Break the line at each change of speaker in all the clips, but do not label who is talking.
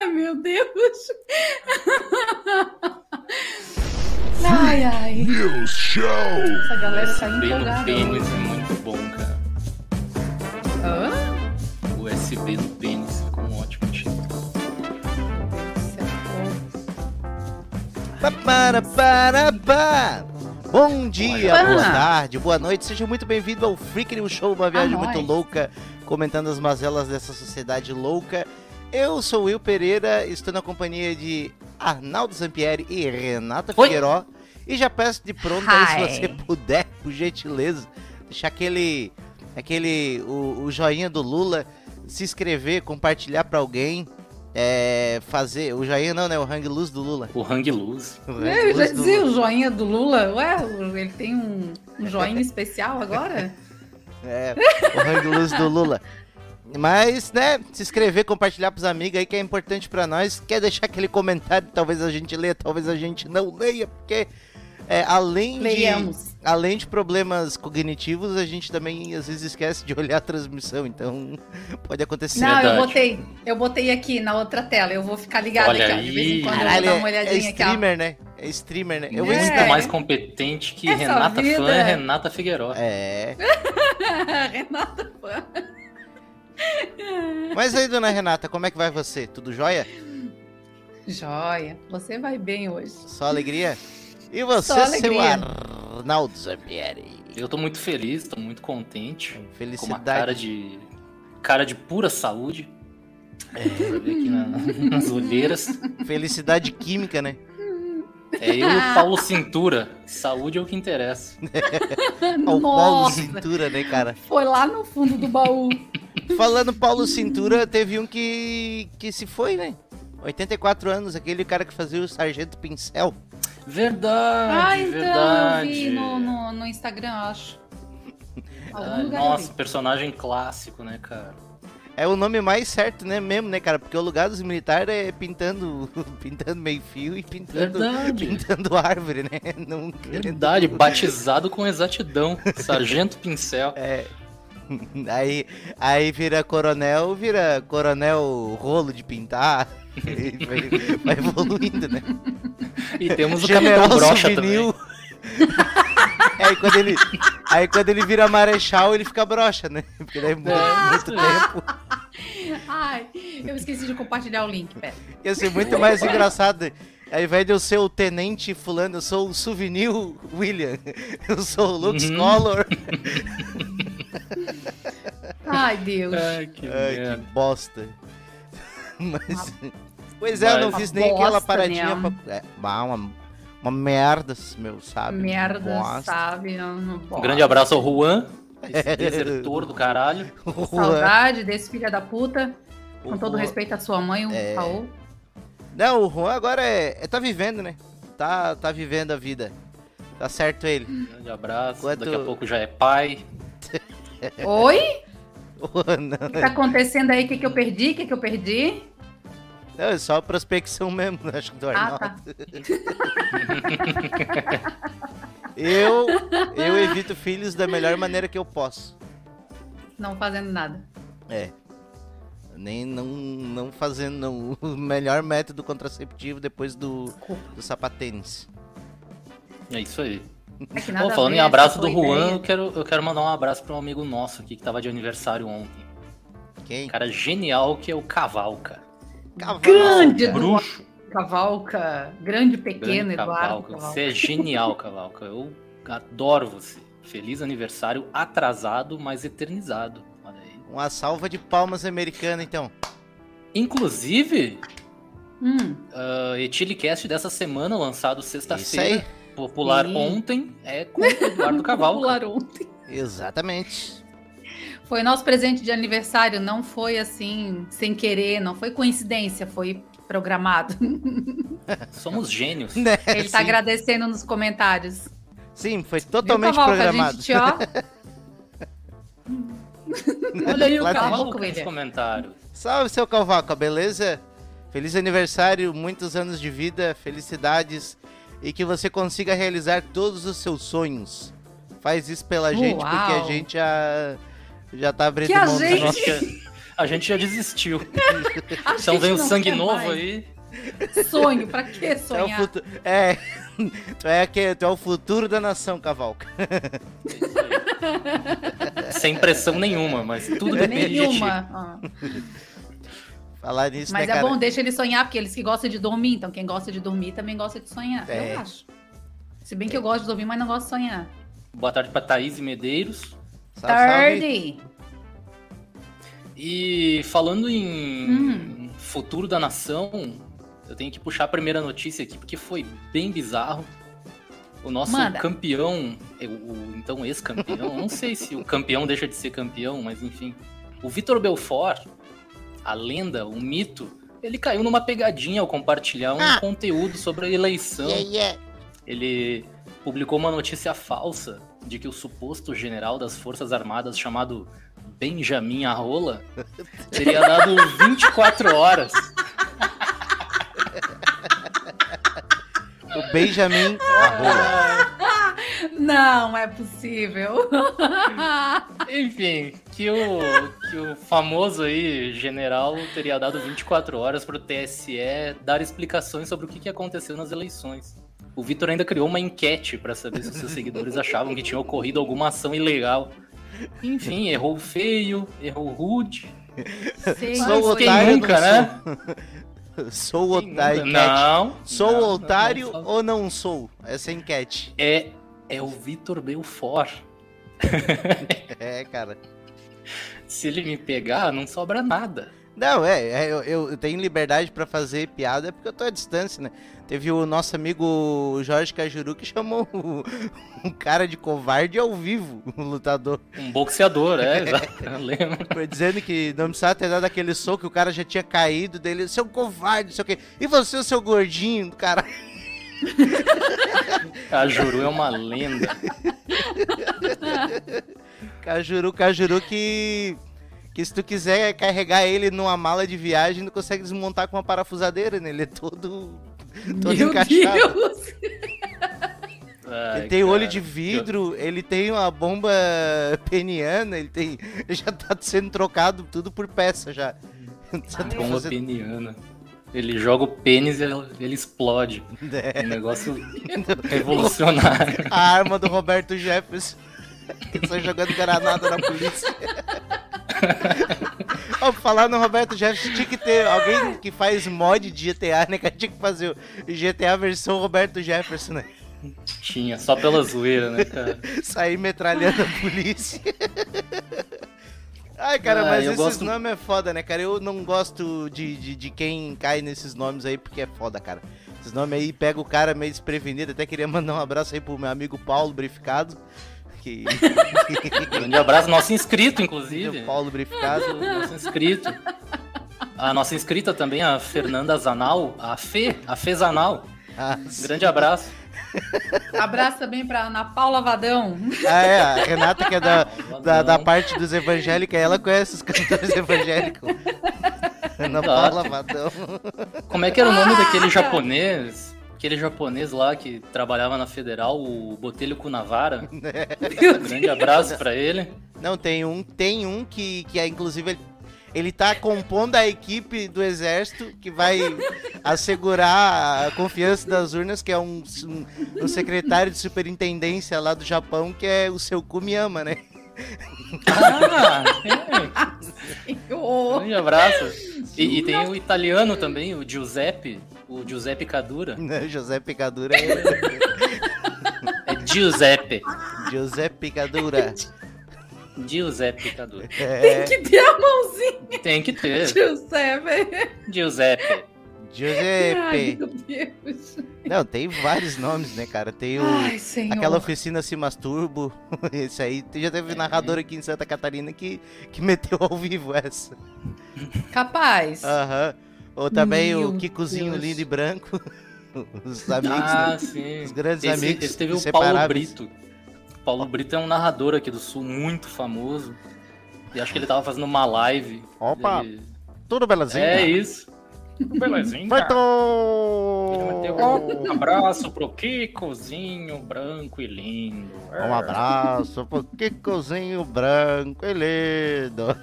Meu Deus! Ai, ai.
News Show.
Essa galera tá
USB no
empolgada.
pênis é muito bom, cara. né?
Hã?
USB no pênis com um ótimo título.
Pa, Para, para, pá. Bom dia,
Olha.
boa
Ah.
tarde, boa noite, seja muito bem-vindo ao Freak New Show, uma viagem
nós.
muito louca, comentando as mazelas dessa sociedade louca. Eu sou Will Pereira, estou na companhia de Arnaldo Zampieri e Renata
Oi.
Figueiró. E já peço de pronto aí,
Hi.
se você puder, por gentileza, deixar aquele, aquele o, o joinha do Lula, se inscrever, compartilhar pra alguém, é, fazer, o joinha não, né, o hang luz do Lula.
O Hang Luz.
O hang
Eu já
luz Né, do
dizia
Lula.
o joinha do Lula. Ué, o- ele tem um, um joinha especial agora?
É, o Hang Luz do Lula. Mas, né, se inscrever, compartilhar pros amigos aí que é importante pra nós. Quer deixar aquele comentário, talvez a gente leia, talvez a gente não leia, porque é, além, de,
Leiamos.
além de problemas cognitivos, a gente também às vezes esquece de olhar a transmissão, então pode acontecer.
Não, eu
Verdade.
botei. Eu botei aqui na outra tela. Eu vou ficar ligada
Olha
aqui, ó. De vez em
aí.
quando
Caralho,
eu vou dar uma
é, é
olhadinha aqui, ó.
streamer, né? É streamer, né? Eu
É.
Muito
insta-
mais competente que
Essa
Renata
vida.
Fã é Renata Figueiró.
É.
Renata Fã.
Mas aí, dona Renata, como é que vai você? Tudo jóia?
Joia. Você vai bem hoje.
Só alegria? E você,
Só
seu
alegria.
Arnaldo Zampieri?
Eu tô muito feliz, tô muito contente. Com uma
Felicidade.
cara de. cara de pura saúde. É, você vê aqui na- nas olheiras.
Felicidade química, né?
É eu e o Paulo Cintura. Saúde é o que interessa.
O Paulo
Nossa,
Cintura, né, cara?
foi lá no fundo do baú.
Falando Paulo Cintura, teve um que que se foi, né? 84 anos, aquele cara que fazia o Sargento Pincel.
Verdade,
Ah, então, eu
verdade.
vi no, no, no Instagram, eu acho. Algum
Ah,
lugar assim. eu
nossa,
vi.
personagem clássico, né, cara?
É o nome mais certo, né, mesmo, né, cara? Porque o lugar dos militares é pintando, pintando meio fio e pintando,
Verdade.
pintando árvore, né? Não querendo-
Verdade, batizado com exatidão. Sargento Pincel.
Aí, aí vira coronel, vira coronel rolo de pintar. e vai- vai evoluindo, né?
E temos o Capitão
General
Brocha
Souvenir.
também.
aí, quando ele, aí quando ele vira marechal, ele fica brocha, né? Porque daí muda
É,
muito tempo.
Ai, eu esqueci de compartilhar o link, pera.
Ia ser muito mais engraçado. Ao invés de eu ser o tenente fulano, eu sou o souvenir William. Eu sou o Lux
Uhum.
Collor.
Ai, Deus.
Ai, que
Ai,
merda.
que bosta. Mas. Pois é, eu não
Uma
fiz nem aquela
bosta,
paradinha
né?
pra. É, bah, uma, uma merda, meu, sabe?
Merda,
Bosta.
sabe? Eu não posso.
Um grande abraço ao Juan, esse desertor do caralho.
Saudade desse filho da puta. Com
Uhum.
O
todo
Juan-
respeito à sua mãe, o
É.
Raul.
Não, o Juan agora é, é- tá vivendo, né? Tá, tá vivendo a vida. Tá certo ele.
Grande abraço.
Quanto-
Daqui a pouco já é pai.
Oi?
Juan, não,
O que tá acontecendo aí? O que, que eu perdi? O que, que eu perdi?
não, é só prospecção mesmo, né? acho que do
Ah,
Arnaldo.
tá.
Eu, eu evito filhos da melhor maneira que eu posso.
Não fazendo nada.
É. Nem não, não fazendo não, o melhor método contraceptivo depois do, do sapatênis.
É isso aí.
É que
Bom,
nada a
falando
ver
em
essa
abraço do
sua
Juan, eu
ideia.
quero, eu quero mandar um abraço para um amigo nosso aqui que tava de aniversário ontem. Um
Quem?
cara genial que é o Cavalca.
Cavalo.
Grande
Nossa,
Eduardo
Bruxo.
Cavalca. Grande pequeno
Grande
Eduardo
Cavalca.
Cavalca.
Você é genial, Cavalca. Eu adoro você. Feliz aniversário atrasado, mas eternizado. Olha aí.
Uma salva de palmas americana, então.
Inclusive,
Hum,
uh, Etilicast dessa semana, lançado
Isso aí.
sexta-feira, popular
Sim.
ontem, é com o Eduardo Cavalca.
popular ontem.
Exatamente.
Foi nosso presente de aniversário, não foi assim, sem querer, não foi coincidência, foi programado.
Somos gênios.
Né?
Ele tá
Sim.
agradecendo nos comentários.
Sim, foi
Viu,
totalmente
Cavalca?
programado.
A gente, ó,
Olha aí o
Lá- tá.
Cavalca nos
William.
comentários.
Salve, seu Calvaca, beleza? Feliz aniversário, muitos anos de vida, felicidades e que você consiga realizar todos os seus sonhos. Faz isso pela gente, porque a
Uau.
gente já, já tá abrindo
Que a
mão
A
gente-
do nosso... é
gente, A gente já desistiu. então vem o sangue novo aí.
Sonho, pra que
Tu é, o
sonhar?
futu... é... tu, é que... tu é o futuro da nação, Cavalca.
É isso aí. Sem pressão nenhuma, mas tudo depende de ti.
Nenhuma. Ah.
Falar nisso,
Mas
né,
é
cara?
bom, deixa ele sonhar, porque eles que gostam de dormir, então quem gosta de dormir também gosta de sonhar,
É.
eu acho. Se bem que eu gosto de dormir, mas não gosto de sonhar.
Boa tarde pra Thaís Medeiros.
Salve, Tá, salve.
Tarde!
E falando em
Hum.
futuro da nação, eu tenho que puxar a primeira notícia aqui, porque foi bem bizarro. O nosso
Manda.
campeão, é, o- o então ex-campeão, não sei se o campeão deixa de ser campeão, mas enfim. O Vitor Belfort, a lenda, o mito, ele caiu numa pegadinha ao compartilhar um
Ah.
conteúdo sobre a eleição.
Yeah, yeah.
Ele publicou uma notícia falsa de que o suposto general das Forças Armadas chamado Benjamin Arrola teria dado 24 horas.
O Benjamin Arrola.
Não é possível.
Enfim, que o, que o famoso aí general teria dado 24 horas para o TSE dar explicações sobre o que que aconteceu nas eleições. O Vitor ainda criou uma enquete para saber se os seus seguidores achavam que tinha ocorrido alguma ação ilegal. Enfim, errou feio, errou rude.
Sim,
Sou o
foi.
Quem
otário
nunca,
do
né?
Sou
Quem
otário.
nunca?
enquete.
Não.
Sou
não, não,
otário
não, não.
ou não sou? Essa é a enquete.
É, é o Vitor Belfort.
É, cara.
Se ele me pegar, não sobra nada.
Não, é, é, eu, eu tenho liberdade pra fazer piada é porque eu tô à distância, né? Teve o nosso amigo Jorge Cajuru que chamou o, um cara de covarde ao vivo, um lutador.
Um boxeador, é, exato. eu lembro.
Foi dizendo que não precisava ter dado aquele soco, que o cara já tinha caído dele, seu covarde, não sei o quê. E você, seu gordinho, do cara?
A Juru é uma lenda.
Cajuru, Cajuru que. Que se tu quiser carregar ele numa mala de viagem, não consegue desmontar com uma parafusadeira, né? Ele é todo. todo
Meu
encaixado.
Deus!
Ai,
Ele tem
cara.
olho de vidro, ele tem uma bomba peniana, ele tem. ele já tá sendo trocado tudo por peça já. Só tem que
Bomba
fazer-
peniana. Ele joga o pênis e ela- ele explode. É um negócio revolucionário.
A arma do Roberto Jefferson. Que sai jogando granada na polícia. Ó, pra falar no Roberto Jefferson, tinha que ter alguém que faz mod de GTA, né? Que tinha que fazer o GTA versão Roberto Jefferson, né?
Tinha, só pela zoeira, né, cara?
Sair metralhando a polícia. Ai, cara,
Ah,
mas
eu
esses
gosto-
nomes é foda, né, cara? Eu não gosto de, de, de quem cai nesses nomes aí, porque é foda, cara. Esses nomes aí pega o cara meio desprevenido. Até queria mandar um abraço aí pro meu amigo Paulo Brificado. Que...
Grande abraço, nosso inscrito, inclusive.
Paulo Brificado.
do nosso inscrito. A nossa inscrita também, a Fernanda Zanal, a Fê, a Fê Zanal.
Ah,
Grande abraço.
Abraço também pra Ana Paula Vadão.
ah, é, a Renata, que é da, da, da
Não.
parte dos evangélicos, aí ela conhece os cantores evangélicos. Ana Paula Vadão.
Como é que era o nome daquele japonês? Aquele japonês lá que trabalhava na Federal, o Botelho Kunavara.
Meu Deus.
Grande abraço pra ele.
Não, tem um, tem um que, que é, inclusive, ele, ele tá compondo a equipe do exército que vai assegurar a confiança das urnas, que é um, um, um secretário de superintendência lá do Japão, que é o seu Kumiyama, né?
Ah, é.
Ô,
Grande abraço. E, e tem o italiano também, o Giuseppe. O Giuseppe Cadura.
José Picadura é
É Giuseppe.
José Picadura.
Giuseppe Cadura.
Tem
É,
que ter a mãozinha,
Tem que ter.
Giuseppe.
Giuseppe.
É,
Ai,
Giuseppe.
meu Deus.
Não, tem vários nomes, né, cara? Tem o.
Ai, senhor.
Aquela oficina se masturbo, esse aí já teve narrador aqui em Santa Catarina que, que meteu ao vivo essa.
Capaz.
Aham. Ou também o
Meu
Kikozinho
Deus.
lindo e branco. Os amigos. né?
Ah, sim.
Os grandes
esse,
amigos
esse teve o Paulo
inseparáveis.
Brito. O Paulo Brito é um narrador aqui do Sul muito famoso. E acho que ele tava fazendo uma live.
Opa,
Ele-
tudo belazinho.
É isso. Belezinha. Um
Muito!
abraço pro Kikozinho branco e lindo.
Um abraço pro Kikozinho branco e lindo.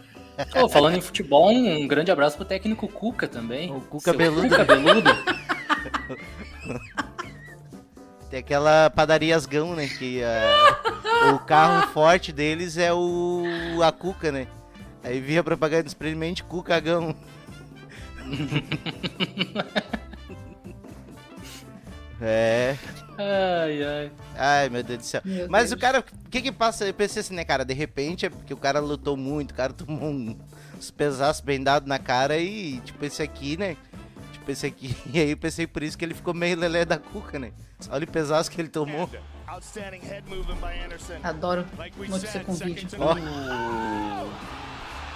Ô, falando em futebol, um grande abraço pro técnico Cuca também.
O Cuca
Seu
Beludo.
Cuca Beludo.
Tem aquela padaria Asgão, né? Que ah, o carro forte deles é o a Cuca, né? Aí via propaganda experimente Cuca Agão. é.
Ai, ai.
Ai, meu Deus do céu.
Meu
Mas
Deus.
o cara, o que que passa? Eu pensei assim, né, cara? De repente é porque o cara lutou muito, o cara tomou um- uns pesaços bem dados na cara e, tipo, esse aqui, né? Tipo, esse aqui. E aí eu pensei por isso que ele ficou meio lelé da cuca, né? Olha o pesaço que ele tomou.
Outstanding head movement by Anderson.
Adoro
Like we
notícia
said,
com
second
vídeo.
to
Ó.
none.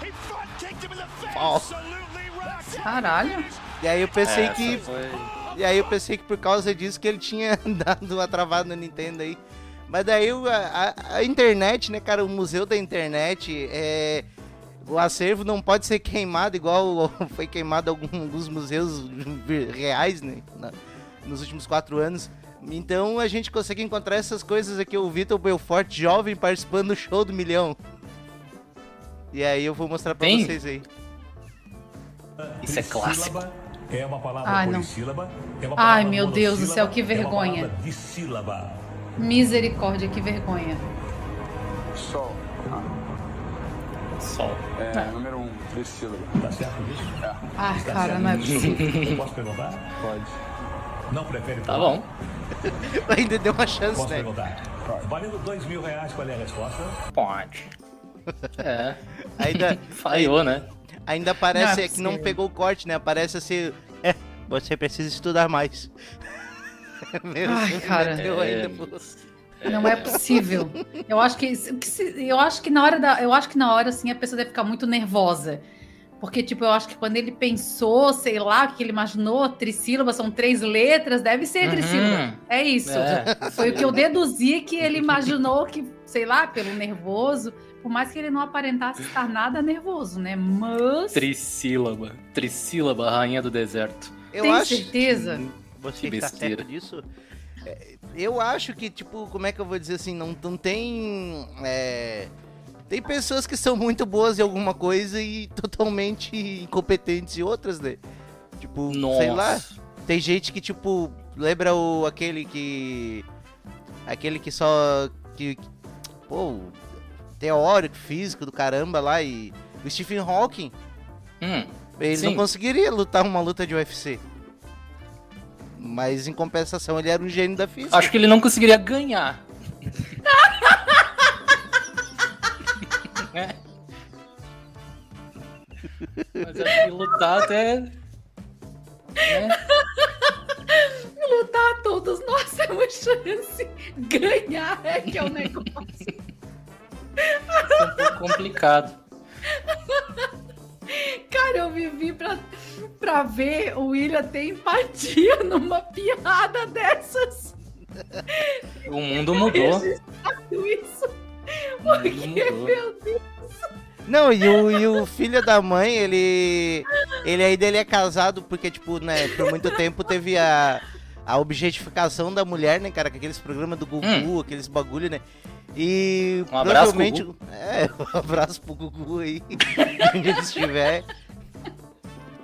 He front kicked him in the face.
Ó.
Absolutely rocked.
é,
Uh, Caralho.
E aí eu pensei
É, Essa
que.
foi-
E aí eu pensei que por causa disso que ele tinha dado uma travada no Nintendo aí. Mas daí o- a, a- a internet, né, cara? O museu da internet é. O acervo não pode ser queimado igual foi queimado algum- alguns museus vi- reais, né? na- nos últimos quatro anos. Então a gente consegue encontrar essas coisas aqui. O Vitor Belfort, jovem, participando do show do milhão. E aí eu vou mostrar pra
Tem?
vocês aí.
Isso é clássico.
Sílaba É uma palavra
Ai, não.
polissílaba. É uma
Ai,
palavra
meu Deus do céu,
monossílaba,
que vergonha.
É uma palavra dissílaba.
Misericórdia, que vergonha.
Sol.
Sol.
É, número um, Priscila.
Tá certo isso?
Ah,
Tá
cara,
certo
não é
isso?
possível.
Eu posso perguntar?
Pode.
Não prefere
Tá
falar?
bom.
Ainda deu uma chance,
Posso
né?
perguntar? Valendo dois mil reais, qual é a resposta?
Pode. É.
Ainda,
Falhou, né?
Ainda parece
Não é
que não
possível.
pegou o corte, né? Parece assim. É, você precisa estudar mais. Meu,
Ai,
Deus,
cara.
meteu
É,
ainda, pô.
Não é possível. Eu acho que, que se- eu acho que na hora da, eu acho que na hora assim a pessoa deve ficar muito nervosa. Porque tipo, eu acho que quando ele pensou, sei lá, o que ele imaginou, trissílaba são três letras, deve ser trissílaba.
Uhum.
É isso.
É.
Foi o que eu deduzi que ele imaginou que, sei lá, pelo nervoso, por mais que ele não aparentasse estar nada nervoso, né? Mas
Trissílaba. Trissílaba, rainha do deserto.
Eu
tem
acho.
certeza?
Você
Que
que tá
besteira.
certo disso? É, Eu acho que, tipo, como é que eu vou dizer assim? Não, não tem. é, tem pessoas que são muito boas em alguma coisa e totalmente incompetentes em outras, né? Tipo,
Nossa.
sei lá. Tem gente que, tipo, lembra o aquele que. Aquele que só. que. que- Pô, o teórico, físico do caramba lá e. O Stephen Hawking,
Hum.
ele
Sim.
não conseguiria lutar uma luta de UFC. Mas em compensação ele era um gênio da física.
Acho que ele não conseguiria ganhar. É. Mas acho que lutar até. né?
Lutar todos nós temos chance. Ganhar é que é o negócio.
É um pouco complicado.
Cara, eu vivi pra, pra ver o William ter empatia numa piada dessas.
O mundo mudou.
Registrado Isso.
Não
Porque,
mudou.
meu Deus.
Não, e o, e o filho da mãe, ele. Ele ainda ele é casado, porque, tipo, né, por muito tempo teve a, a objetificação da mulher, né, cara? Com aqueles programas do Gugu, aqueles bagulho, né? E
Hum. Um abraço,
provavelmente. É, um abraço pro Gugu aí. onde ele estiver.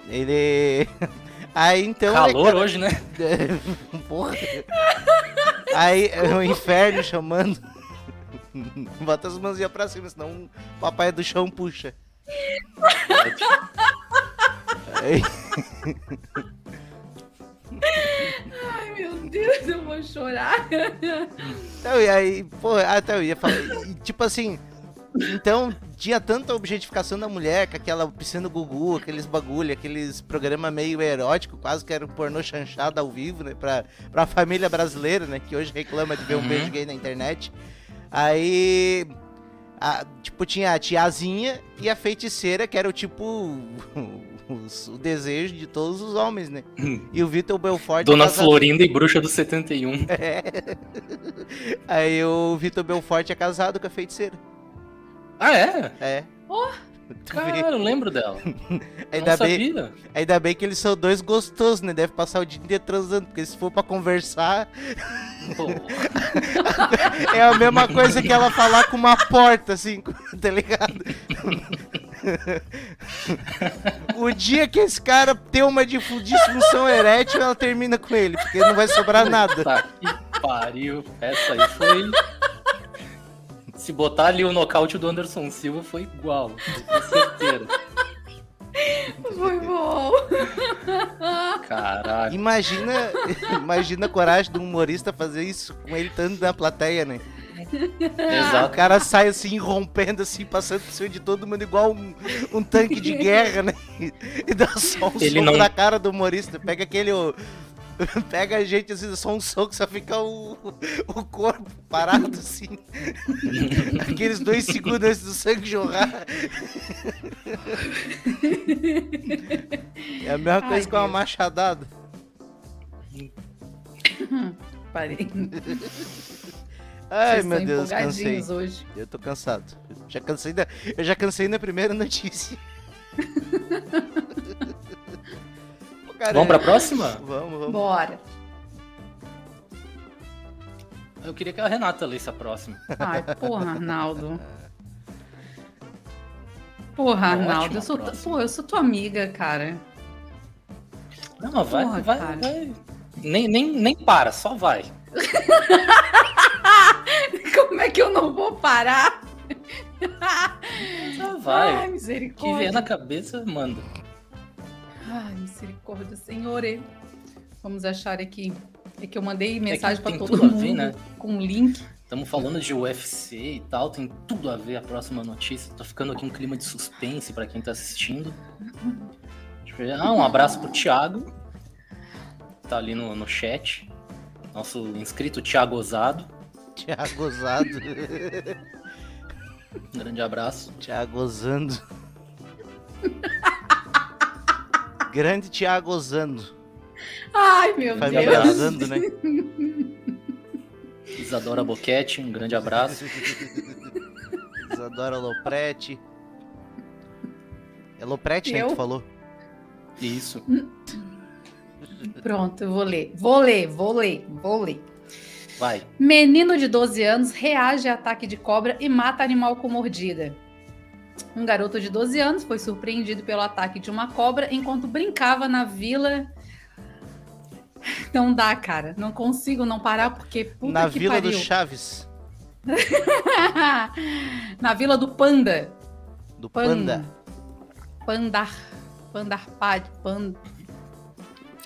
Ele. Aí então. né,
Calor hoje, né?
é, Porra. Aí é o inferno chamando. Bota as mãozinhas pra cima, senão o papai do chão puxa. Aí,
Ai, meu Deus, eu vou chorar.
então, e aí, porra, ah, então, eu ia falar. e, tipo assim, então tinha tanta objetificação da mulher com aquela piscina Gugu, aqueles bagulho, aqueles programa meio erótico, quase que era um pornô chanchado ao vivo, né? Pra, pra família brasileira, né? Que hoje reclama de ver um
Uhum.
beijo gay na internet. Aí. a- tipo, tinha a tiazinha e a feiticeira, que era o tipo. os- o desejo de todos os homens, né? E o Vitor
Hum.
Belfort. é
Dona
casado-
Florinda e um. Bruxa do 71.
É. Aí o Vitor Belfort é casado com a feiticeira.
Ah, é?
É.
Ó,
Tu
Cara,
vê?
eu lembro dela.
ainda,
não
bem,
sabia.
ainda bem que eles são dois gostosos, né? Deve passar o dia inteiro transando, porque se for pra conversar,
Pô,
é a mesma coisa que ela falar com uma porta, assim, tá ligado? O dia que esse cara tem uma difu- disfunção erétil, ela termina com ele, porque não vai sobrar nada.
Tá que pariu. Essa aí foi. Se botar ali o nocaute do Anderson Silva foi igual, com certeza.
Foi bom.
Caralho.
Imagina, imagina a coragem do humorista fazer isso com ele estando na plateia, né? O
Exato.
cara sai assim, rompendo assim, passando por cima de todo mundo igual um, um tanque de guerra, né? E dá só um
Ele
soco
não-
na cara do humorista. Pega aquele... ó, Pega a gente assim, só um soco, só fica o, o corpo parado assim. Aqueles dois segundos antes do sangue jorrar. É a mesma
Ai,
coisa com uma
Deus.
machadada.
Parei.
Ai,
Vocês
meu
estão
Deus, cansei.
empolgadinhos hoje.
Eu tô cansado. Já cansei da, eu já cansei na primeira notícia. Pô, cara,
Vamos pra
é-
próxima?
Vamos, vamos.
Bora.
Eu queria que a Renata lesse a próxima.
Ai, porra, Arnaldo. Porra, Arnaldo,
ótima
eu sou, tu-
próxima.
pô, eu sou tua amiga, cara.
Não, vai,
Porra,
vai,
cara.
vai. Nem, nem, nem para, só vai.
Como é que eu não vou parar?
Só vai.
Ai,
O que vier
misericórdia.
na cabeça, manda. É
Ai, misericórdia, Senhor. hein? Vamos achar aqui. É que eu mandei mensagem pra
tem
todo
tudo a
mundo
ver, né?
com link.
Estamos falando de UFC e tal, tem tudo a ver a próxima notícia. Tô ficando aqui um clima de suspense pra quem tá assistindo. Deixa eu ver. Ah, um abraço pro Thiago. Tá ali no, no chat. Nosso inscrito Thiago Osado.
Tiago gozado.
Um grande abraço.
Tiago gozando. Grande Tiago gozando.
Ai, meu
Família
Deus.
gozando, né?
Isadora Boquete, um grande abraço.
Isadora Loprete. É Loprete, né, que
Eu?
tu falou?
Isso.
Pronto, eu vou ler. Vou ler, vou ler, vou ler.
Vai.
Menino de 12 anos reage a ataque de cobra e mata animal com mordida. Um garoto de 12 anos foi surpreendido pelo ataque de uma cobra enquanto brincava na vila. Não dá, cara. Não consigo não parar porque puta
Na
que
Vila
pariu.
do Chaves.
na vila do panda.
Do
Pan-
Panda.
Pandar. Pandarpad. Pan,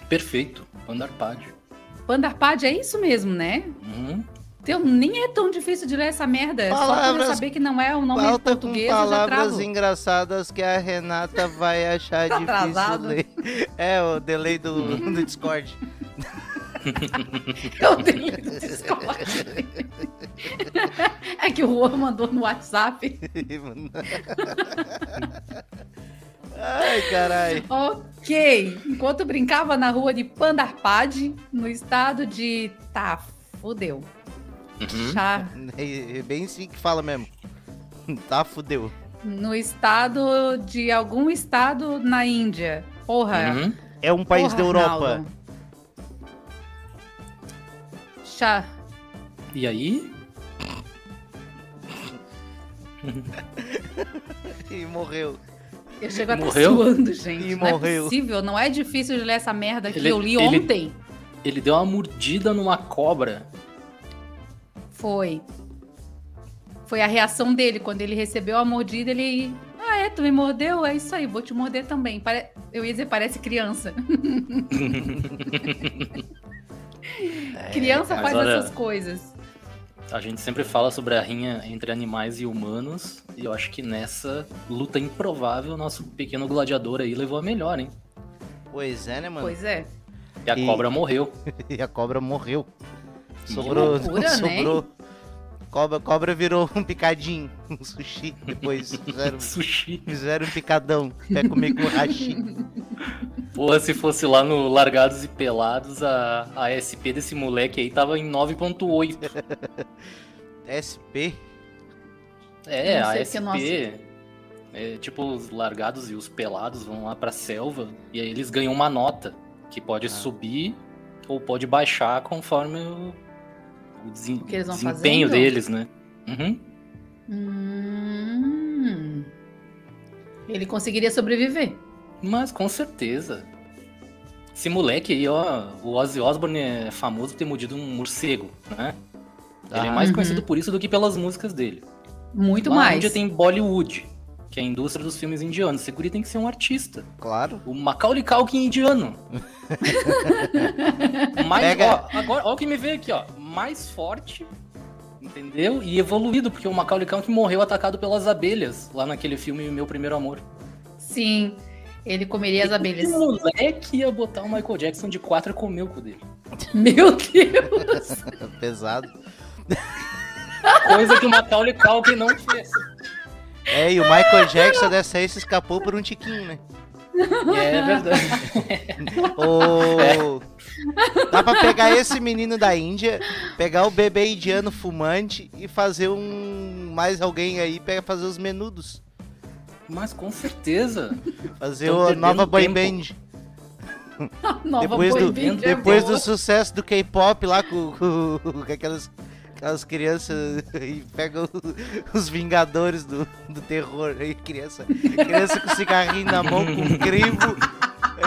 Perfeito. Pandarpádio.
Pandarpad é isso mesmo, né?
Uhum.
Teu, nem é tão difícil de ler essa merda. é Só pra eu
Palavras-
saber que não é o nome
Falta com
português, eu já
palavras
travo.
engraçadas que a Renata vai achar
Tá
difícil
atrasado.
ler. É, o delay do, do Discord.
Eu tenho do Discord. É que o Juan mandou no WhatsApp.
Ai, caralho.
Ok. Enquanto brincava na rua de Pandarpad, no estado de. Tá, fudeu.
Uhum.
Tá, Chá.
É é bem assim que fala mesmo. Tá, fudeu.
No estado de algum estado na Índia. Porra.
Uhum.
É um país
Porra,
da Europa.
Arnaldo. Chá.
E aí?
E morreu.
Eu chego até
Morreu?
suando, gente.
Ih,
não
morreu.
é possível, não é difícil de ler essa merda que
Ele-
eu li
ele-
ontem.
Ele deu uma mordida numa cobra.
Foi. Foi a reação dele. Quando ele recebeu a mordida, ele. Ah, é, tu me mordeu? É isso aí, vou te morder também. Pare- Eu ia dizer, parece criança. criança
É,
mas
faz
olha-
essas coisas.
A gente sempre fala sobre a rinha entre animais e humanos, e eu acho que nessa luta improvável, nosso pequeno gladiador aí levou a melhor, hein?
Pois é, né, mano?
Pois é.
E a
E-
cobra morreu.
E a cobra morreu. Sobrou.
loucura,
não
né?
sobrou. Cobra, cobra virou um picadinho, um sushi. Depois fizeram,
Sushi.
fizeram um picadão. Até comer com hashi.
Porra, se fosse lá no Largados e Pelados, a, a SP desse moleque aí tava em 9.8.
SP?
É,
Eu não
a
sei porque eu não
SP. é, tipo, os largados e os pelados vão lá pra selva e aí eles ganham uma nota que pode
Ah.
subir ou pode baixar conforme o, o desen-
que eles vão
desempenho né?
fazendo?
deles, né? Uhum.
Hum. Ele conseguiria sobreviver.
Mas com certeza. Esse moleque aí, ó, o Ozzy Osbourne é famoso por ter mordido um morcego, né? Ele é mais
Uhum.
conhecido por isso do que pelas músicas dele.
Muito
Lá na
mais.
Índia tem Bollywood, que é a indústria dos filmes indianos. Esse guri tem que ser um artista.
Claro.
O Macaulay Culkin é indiano. mais,
Pega-
ó, agora, ó o que me veio aqui, ó. Mais forte, entendeu? E evoluído, porque o Macaulay Culkin morreu atacado pelas abelhas, lá naquele filme Meu Primeiro Amor.
Sim. Ele comeria as abelhas.
Que moleque ia botar o Michael Jackson de quatro e comer o cu dele.
Meu Deus!
é Pesado.
Coisa que o Macaulay Culkin não fez.
É, e o Michael Jackson dessa aí se escapou por um tiquinho, né?
É verdade.
Ô, Dá pra pegar esse menino da Índia, pegar o bebê indiano fumante e fazer um. Mais alguém aí pega fazer os menudos.
Mas com certeza.
Fazer
Tão
a
perdendo
nova boy
tempo.
band.
Nova
Depois
boy
do-
band
É
Depois
boa.
do sucesso do K-pop lá com, com- com aquelas, aquelas crianças e pegam o- os Vingadores do, do terror. Aí criança, criança com cigarrinho na mão, com um crivo.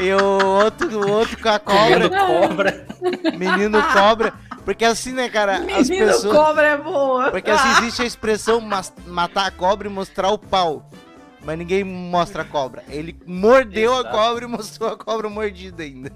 E o outro, o outro com a
Comendo
cobra,
cobra.
menino cobra. Porque assim, né, cara, as
Menino
pessoas.
cobra é boa.
Porque assim existe a expressão mas- matar a cobra e mostrar o pau. Mas ninguém mostra a cobra. Ele mordeu a
Exato.
cobra e mostrou a cobra mordida ainda.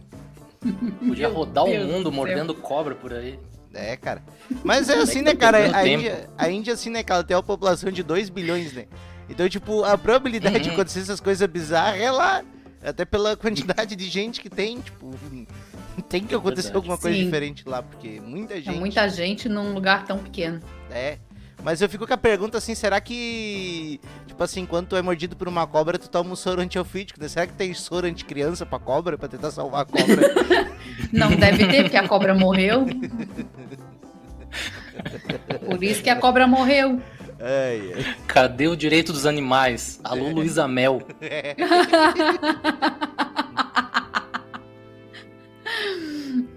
Podia
Meu
rodar
Deus
o mundo
do céu.
mordendo cobra por aí.
É, cara. Mas é assim,
que
né,
tá
cara?
perdendo
A
tempo.
Índia, a Índia, assim, né, cara? Ela tem uma população de 2 bilhões, né? Então, tipo, a probabilidade de
Uhum.
acontecer essas coisas bizarras é lá. Até pela quantidade de gente que tem, tipo. Tem que acontecer
É Verdade.
alguma coisa
Sim.
diferente lá, porque muita
É
gente.
muita gente num lugar tão pequeno.
É. Mas eu fico com a pergunta assim, será que. Tipo assim, quando tu é mordido por uma cobra, tu toma um soro antiofídico, né? Será que tem soro anticriança pra cobra, pra tentar salvar a cobra?
Não deve ter, porque a cobra morreu. Por isso que a cobra morreu.
ai, ai.
Cadê o direito dos animais?
É.
Alô, Luísa Mel.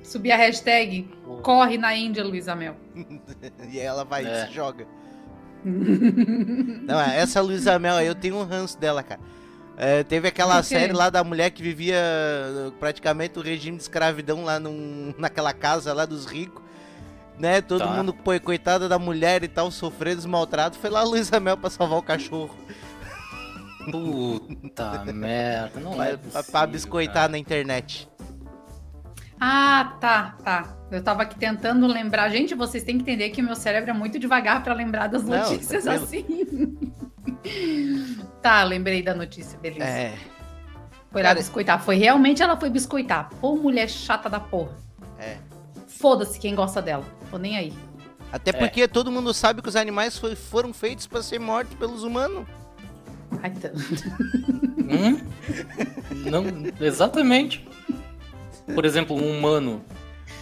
Subir a hashtag Corre na Índia, Luísa Mel.
E aí ela vai
É.
e se joga. Não, essa Luísa Mel, aí, eu tenho um ranço dela, cara. É, teve aquela
Por quê?
série lá da mulher que vivia eh, praticamente o regime de escravidão lá num, naquela casa lá dos ricos. Né? Todo
Tá.
mundo, pô, coitada da mulher e tal, sofrendo os maltratos. Foi lá a Luísa Mel pra salvar o cachorro.
Puta merda. Não é
Pra, pra- pra biscoitar na internet.
Ah, tá, tá. Eu tava aqui tentando lembrar. Gente, vocês têm que entender que meu cérebro é muito devagar pra lembrar das
Não,
notícias
tranquilo.
assim. tá, lembrei da notícia, beleza.
É.
Foi lá
Cara,
biscoitar. Foi realmente ela foi biscoitar. Pô, mulher chata da porra.
É.
Foda-se quem gosta dela. Tô nem aí.
É.
Até porque todo mundo sabe que os animais foi- foram feitos pra ser mortos pelos humanos.
Ai, tá.
Hum? Não, exatamente. Por exemplo, um humano,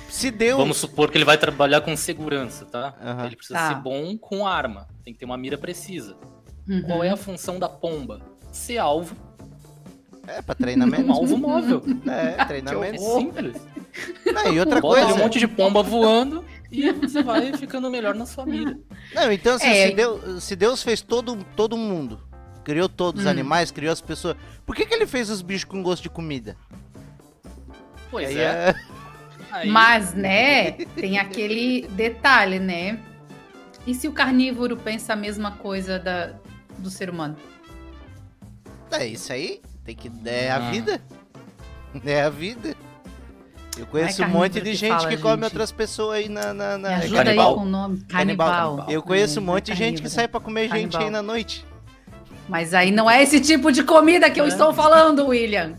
Se deu.
vamos supor que ele vai trabalhar com segurança, tá?
Aham.
Ele precisa
Tá.
ser bom com arma, tem que ter uma mira precisa.
Uhum.
Qual é a função da pomba? Ser alvo,
É, pra treinamento.
Uhum.
um alvo móvel.
É,
É
treinamento.
simples.
Não, e outra
Bota ali
coisa.
um monte de pomba voando e você vai ficando melhor na sua mira.
Não, então assim,
É.
se, Deus, se Deus fez todo, todo mundo, criou todos os
Hum.
animais, criou as pessoas, por que, que ele fez os bichos com gosto de comida?
Pois
Aí
é. aí-
Mas, né, tem aquele detalhe, né? E se o carnívoro pensa a mesma coisa da, do ser humano?
é, é isso aí, tem que é a
Ah.
Hum.
vida. É a vida. Eu conheço um
é carnívoro
monte de
que
gente
fala,
que come
gente.
outras pessoas aí na. na, na-
Me ajuda
canibal.
aí com o nome.
é Canibal.
Canibal.
Eu conheço um
Hum,
monte de gente que
carnívoro.
sai pra comer gente aí
Canibal.
na noite.
Mas aí não é esse tipo de comida que eu
É.
estou falando, William.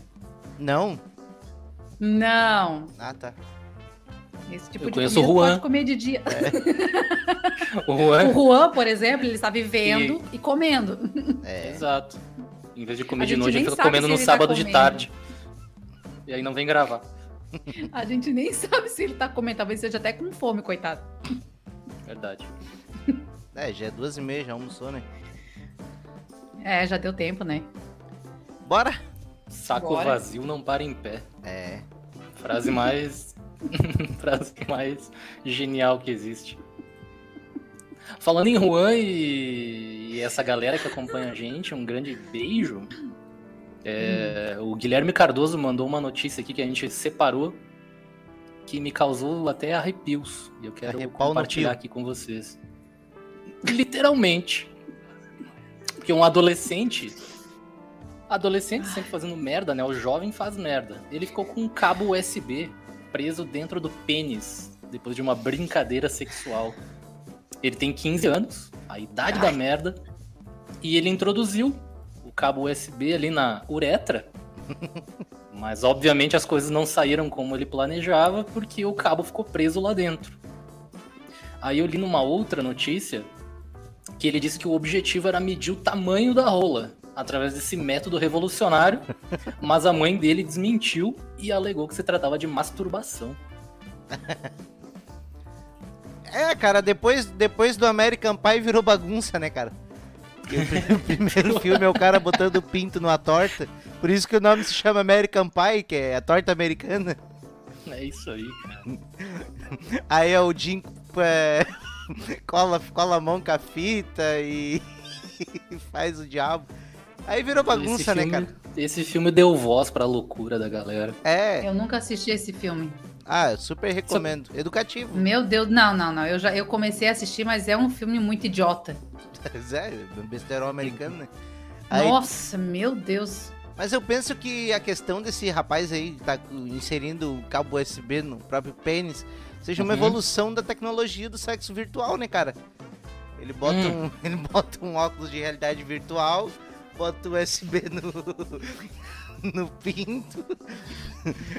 Não?
Não.
Ah, tá.
Esse tipo
Eu
de
conheço
comida
o
tu
Juan. É.
pode comer de dia.
O Juan.
O Juan, por exemplo, ele está vivendo e comendo.
É.
Exato. Em vez de comer
A
de
gente
noite,
nem
ele fica
sabe
comendo
se
no
ele tá
sábado de
comendo.
tarde. E aí não vem gravar.
A gente nem sabe se ele tá comendo. Talvez seja até com fome, coitado.
Verdade.
É, já é duas e meia, já almoçou, né?
É, já deu tempo, né?
Bora!
Saco
Bora.
vazio não para em pé.
É.
Frase mais. frase mais genial que existe. Falando em Juan e... e essa galera que acompanha a gente, um grande beijo É, O Guilherme Cardoso mandou uma notícia aqui que a gente separou que me causou até arrepios. E eu quero
Arrepau no
compartilhar
pio.
aqui com vocês. Literalmente. Porque um adolescente. Adolescente sempre fazendo merda, né? O jovem faz merda. Ele ficou com um cabo USB preso dentro do pênis depois de uma brincadeira sexual. Ele tem 15 anos, a idade da merda, e ele introduziu o cabo USB ali na uretra. Mas obviamente as coisas não saíram como ele planejava, porque o cabo ficou preso lá dentro. Aí eu li numa outra notícia que ele disse que o objetivo era medir o tamanho da rola através desse método revolucionário, mas a mãe dele desmentiu e alegou que se tratava de masturbação.
É, cara, depois, depois do American Pie virou bagunça, né, cara? Porque O pri- o primeiro filme é o cara botando o pinto numa torta. Por isso que o nome se chama American Pie, que é a torta americana.
É isso aí, cara.
Aí é o Jim é, cola, cola a mão com a fita e, e faz o diabo. Aí virou bagunça, né,
filme,
cara?
Esse filme deu voz pra loucura da galera.
É.
Eu nunca assisti esse filme.
Ah, eu super recomendo. Educativo.
Meu Deus, não, não, não. Eu já eu comecei a assistir, mas é um filme muito idiota.
Sério, é um besterol americano, né? Aí
Nossa, meu Deus.
Mas eu penso que a questão desse rapaz aí que tá inserindo o cabo USB no próprio pênis seja uma
Uhum.
evolução da tecnologia do sexo virtual, né, cara? Ele bota,
Hum.
um, ele bota um óculos de realidade virtual, bota o USB no, no pinto.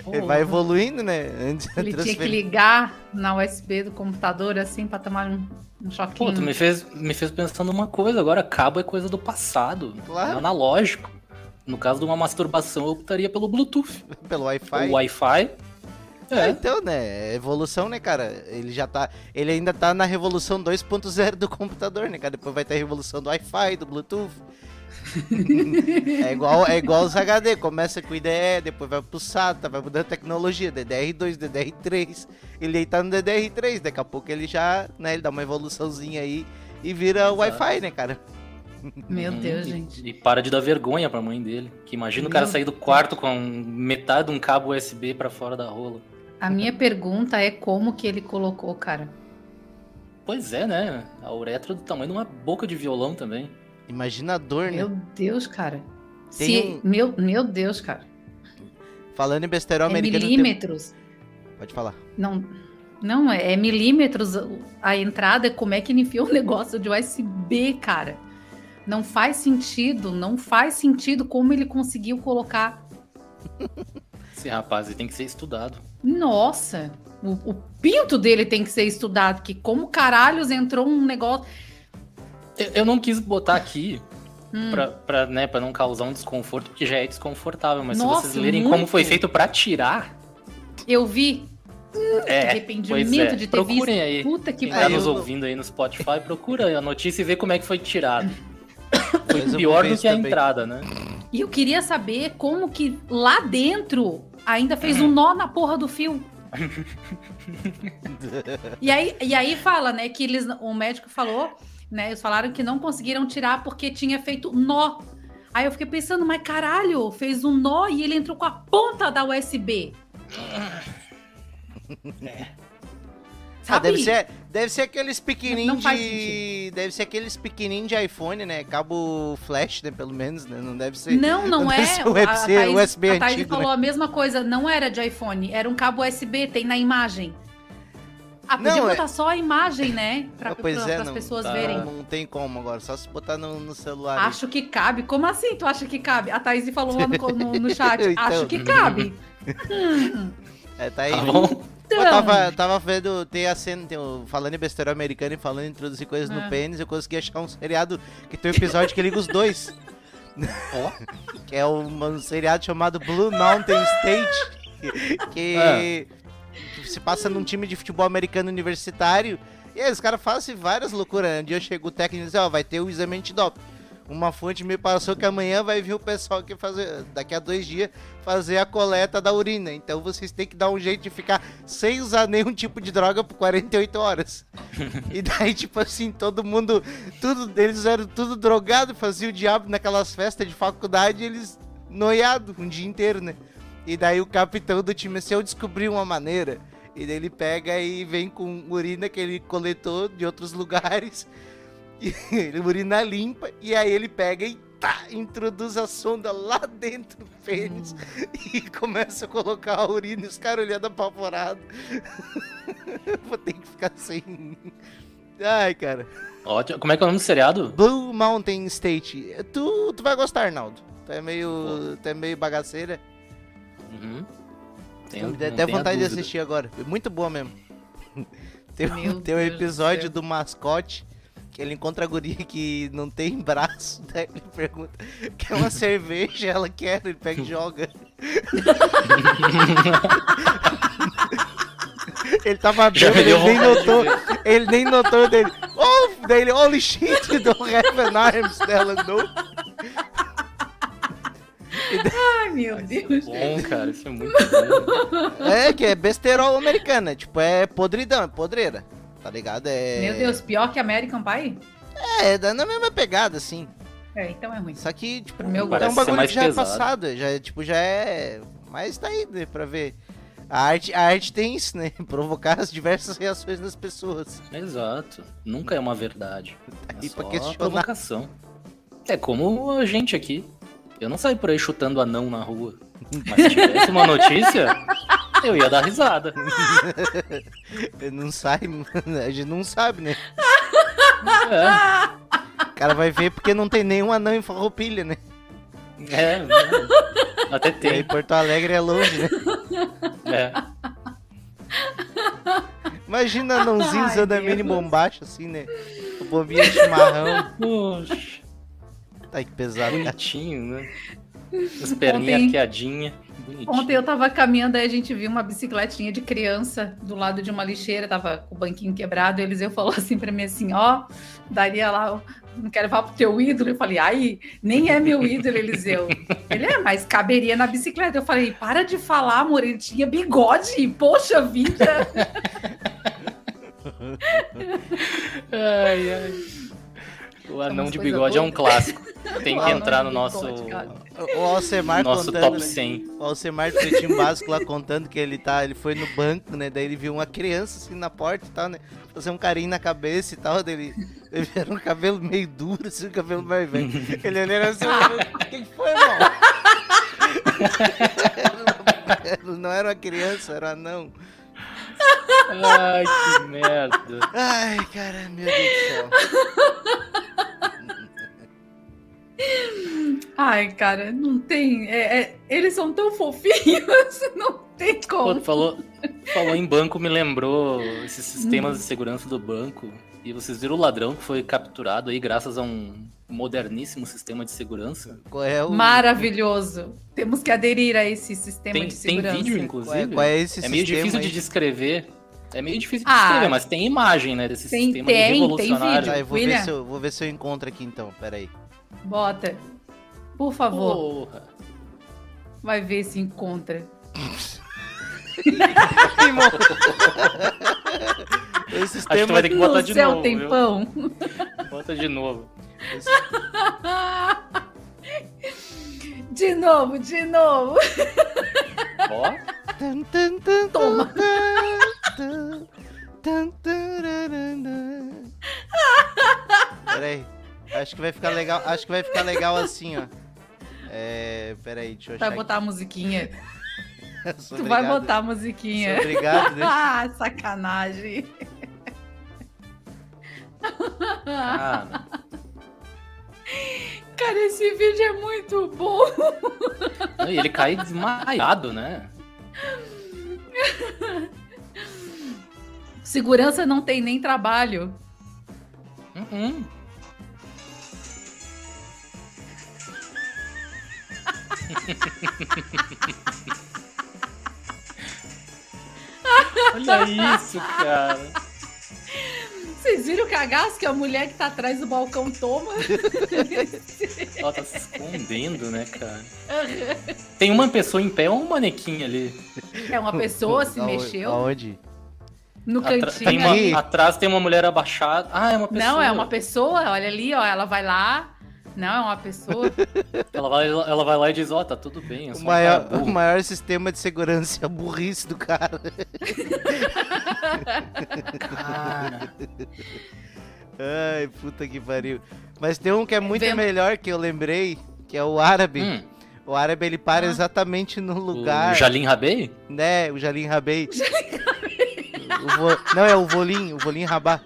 Ele vai evoluindo, né? Antes da
Ele tinha que
transferência.
ligar na USB do computador assim pra tomar um, um choquinho.
Pô,
Hum.
tu me fez, me fez pensar numa coisa agora. Cabo é coisa do passado.
Claro.
É analógico. No caso de uma masturbação, eu optaria pelo Bluetooth.
pelo Wi-Fi.
O Wi-Fi.
Ah,
É,
então, né? é Evolução, né, cara? Ele já tá. Ele ainda tá na revolução 2.0 do computador, né, cara? Depois vai ter a revolução do Wi-Fi, do Bluetooth. é, igual, é igual os HD, começa com IDE, depois vai pro SATA, vai mudando a tecnologia, DDR2, DDR3. Ele aí tá no DDR3, daqui a pouco ele já, né, ele dá uma evoluçãozinha aí e vira o Wi-Fi, né, cara?
Meu
Hum,
Deus,
e-
gente.
E para de dar vergonha pra mãe dele. Que imagina o cara
Meu
sair do quarto com metade de um cabo USB pra fora da rola.
A minha pergunta é como que ele colocou, cara.
Pois é, né? A uretra é do tamanho de uma boca de violão também.
Imagina a dor, né?
Meu Deus, cara.
Tem
Se,
um-
meu, meu Deus, cara.
Falando em besterol
É
americano. tem-
milímetros.
Pode falar.
Não, não é, é milímetros a entrada. Como é que ele enfia um negócio de USB, cara? Não faz sentido, não faz sentido como ele conseguiu colocar.
Esse rapaz ele tem que ser estudado.
Nossa, o, o pinto dele tem que ser estudado, que como caralhos entrou um negócio.
Eu- Eu não quis botar aqui
Hum,
pra, pra, né, pra não causar um desconforto, porque já é desconfortável. Mas
Nossa,
se vocês lerem
muito.
como foi feito pra tirar,
eu vi
é. Pois
arrependimento
é.
de ter
Procurem
visto.
aí.
Puta que
Quem tá
Ah,
nos
eu-
ouvindo aí no Spotify, procura a notícia e vê como é que foi tirado.
Mas eu vou
Pior
ver
do
isso
que a
também.
entrada, né?
E eu queria saber como que lá dentro ainda fez um nó na porra do fio. e, aí, e aí fala, né, que eles, o médico falou, né, eles falaram que não conseguiram tirar porque tinha feito nó. Aí eu fiquei pensando, mas caralho, fez um nó e ele entrou com a ponta da USB.
Ah,
Sabe?
deve ser, deve ser aqueles pequenininhos
Não faz
de. Deve ser aqueles pequenininhos de iPhone, né? Cabo flash, né? Pelo menos, né? Não deve ser.
Não, não,
deve
é.
ser
A- a
USB,
Thaís-
USB
a Thaís
antigo, né?
falou a mesma coisa, não era de iPhone, era um cabo USB, tem na imagem. Ah, podia
Não, é-
botar só a imagem, né? Pra,
Ah, pois
pra-
é,
pras
não,
pessoas
tá.
verem.
Não tem como agora, só se botar no, no celular. aí.
Acho que cabe. Como assim tu acha que cabe? A Thaís falou lá no, no- no chat.
Então.
Acho que cabe.
É, tá aí.
Tá bom?
Eu
Então.
tava, tava vendo, tem a cena, tem o- falando em besteira americana e falando em introduzir coisas
Ah.
no pênis, eu consegui achar um seriado que tem um episódio que liga os dois.
Ó.
Que é um, um seriado chamado Blue Mountain State. Que se passa num time de futebol americano universitário. E aí os caras fazem várias loucuras. né? Um dia chega o técnico e diz, ó, vai ter o exame antidoping. Uma fonte me passou que amanhã vai vir o pessoal que fazer, daqui a dois dias, fazer a coleta da urina. Então vocês têm que dar um jeito de ficar sem usar nenhum tipo de droga por 48 horas. e daí, tipo assim, todo mundo, tudo, eles eram tudo drogado, fazia o diabo naquelas festas de faculdade, eles noiado um dia inteiro, né? E daí o capitão do time, se eu descobrir uma maneira, e daí ele pega e vem com urina que ele coletou de outros lugares, e ele urina limpa, e aí ele pega e tá, introduz a sonda lá dentro do pênis e começa a colocar a urina e os caras olhando apavorado. Vou ter que ficar sem. Ai, cara.
Ótimo. Como é que é o nome do seriado?
Blue Mountain State. Tu, tu vai gostar, Arnaldo. Tu é meio, tu é meio bagaceira.
Uhum. Tenho-
Tenho,
não
deu até
tenho a
vontade de
dúvida.
assistir agora. É Muito boa mesmo. Tem, um-
Meu
tem um
Deus do
episódio
céu.
do mascote que ele encontra a guria que não tem braço. Daí ele pergunta: quer uma cerveja? Ela quer, ele pega e joga. ele tava
Já
bêbado,
me deu
ele nem
vontade de
notou.
ver.
Ele nem notou dele. Oh, daí ele, holy shit, don't have an arms. Ela, não.
Ai, meu Deus.
Bom, cara, isso é muito bom.
É, que é besterol americana. Tipo, é podridão, é podreira. Tá ligado? É.
Meu Deus, pior que American Pie?
É, é na mesma pegada, assim.
É, então é ruim.
Só que, tipo,
Meu gosto.
é um
Parece ser
bagulho
mais
que já é
pesado.
passado. Já, é, tipo, já é. Mas tá aí, né, pra ver. A arte, a arte tem isso, né? Provocar as diversas reações das pessoas. Tá
Exato. Nunca é uma verdade. É
aí pra
só
questionar.
provocação. É como a gente aqui. Eu não saio por aí chutando anão na rua. Mas se tivesse uma notícia, eu ia dar risada.
Não sai, a gente não sabe, né?
É,
O cara vai ver porque não tem nenhum anão em farroupilha, né?
é, é. até
E aí
tem.
Porto Alegre é longe, né?
É.
Imagina anãozinho
Ai,
usando a
Deus.
mini bombacha, assim, né? O bobinho de chimarrão.
Poxa,
Tá que pesado, cara.
bonitinho, né? As perninhas
Ontem-
arqueadinhas. Bonitinho.
Ontem eu tava caminhando, aí a gente viu uma bicicletinha de criança do lado de uma lixeira, tava com o banquinho quebrado, e o Eliseu falou assim pra mim assim, ó, daria lá, ó, não quero levar pro teu ídolo. Eu falei, ai, nem é meu ídolo, Eliseu. Ele é, mas caberia na bicicleta. Eu falei, para de falar, amor, ele tinha bigode, poxa vida.
Ai, ai. O anão
umas
de
coisa
bigode é um
doida.
clássico. Tem
O
que
anão
entrar
de
no nosso,
bigode, cara.
O Alcemar
nosso
contando,
top
né?
100.
O Alcemar do Pretinho Básico lá contando que ele tá, ele foi no banco, né? Daí ele viu uma criança assim na porta e tal, né? Fazer um carinho na cabeça e tal, daí ele, ele era um cabelo meio duro, assim, um cabelo mais velho. Ele olhando assim, o que que foi, irmão? Não era uma criança, era um anão.
Ai, que merda.
Ai, cara, meu Deus do céu.
Ai, cara, não tem, é- é- eles são tão fofinhos, não tem
Pô,
como.
tu falou, tu falou em banco, me lembrou esses sistemas
Hum.
de segurança do banco. E vocês viram o ladrão que foi capturado aí graças a um moderníssimo sistema de segurança.
Qual é o.
Maravilhoso. Temos que aderir a esse sistema
Tem,
de
tem
segurança.
vídeo,
Qual é,
inclusive.
qual é esse
É meio
sistema
difícil de
aí?
descrever. É meio difícil de
Ah,
descrever, mas tem imagem, né, desse
tem-
sistema
tem- tem
revolucionário.
vídeo.
Tá, eu vou ver,
William.
se eu, vou ver se eu encontro aqui então, peraí.
Bota. Por favor,
Porra.
vai ver se encontra.
Acho que
O
tu vai
sistema,
ter que botar
no
de
céu
novo.
tem
viu?
pão.
Bota de novo.
de novo, de novo.
Ó.
Tan, tan, tan,
Toma.
tan, tan, tan, tararana. Peraí. Acho que vai ficar legal. Acho que vai ficar legal assim, ó. É. Peraí, deixa eu achar.
Vai botar a musiquinha.
aqui. Sou
Tu vai
obrigado.
botar a
Sou
musiquinha.
Obrigado, né?
Ah, sacanagem.
Ah, não.
Cara, esse vídeo é muito bom.
Não, E ele cai desmaiado, né?
Segurança não tem nem trabalho.
Uhum. Olha isso, cara.
Vocês viram o cagaço que a mulher que tá atrás do balcão toma?
Ela tá se escondendo, né, cara? Tem uma pessoa em pé ou um manequim ali.
É uma pessoa se
Aonde-
mexeu
Aonde?
no
Atra- tem
cantinho
uma-
ali.
ali.
atrás tem uma mulher abaixada. Ah, é uma pessoa.
Não, é uma pessoa, olha ali, ó, ela vai lá, Não, é uma pessoa.
Ela vai, ela vai lá e diz, ó, tá tudo bem, eu
O
sou um
maior,
cara
o
burro.
maior sistema de segurança é a burrice do cara. é
Cara,
Ai, puta que pariu. Mas tem um que é muito
Vem-
melhor que eu lembrei, que é o árabe.
hum,
O árabe ele para exatamente no lugar,
o Jalim Rabei?
né? O Jalim Rabei. O vo- Não, é o Volim, o Volim Rabá.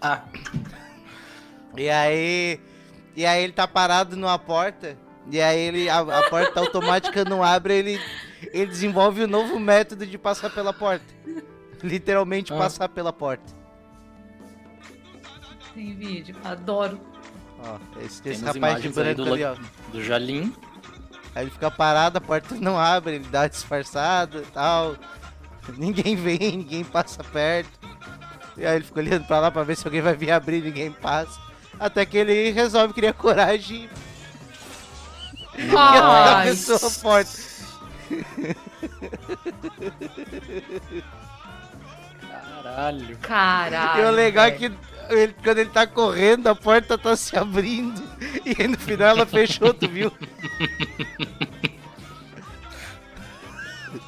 Ah,
E aí. E aí ele tá parado numa porta. E aí ele. A, a porta automática não abre, ele, ele desenvolve um novo método de passar pela porta. Literalmente
Ah.
passar pela porta.
Tem vídeo. Adoro.
Ó, esse, esse
temos
rapaz de
imagens aí
branco
do,
ali,
La-
ó.
do Jalim.
Aí ele fica parado, a porta não abre, ele dá uma disfarçada e tal. Ninguém vem, ninguém passa perto. E aí ele fica olhando pra lá pra ver se alguém vai vir abrir, ninguém passa. Até que ele resolve criar coragem e a
Ai,
pessoa a porta.
Caralho.
caralho.
E o legal é
velho.
que ele- quando ele tá correndo, a porta tá se abrindo. E aí no final ela fechou, tu viu?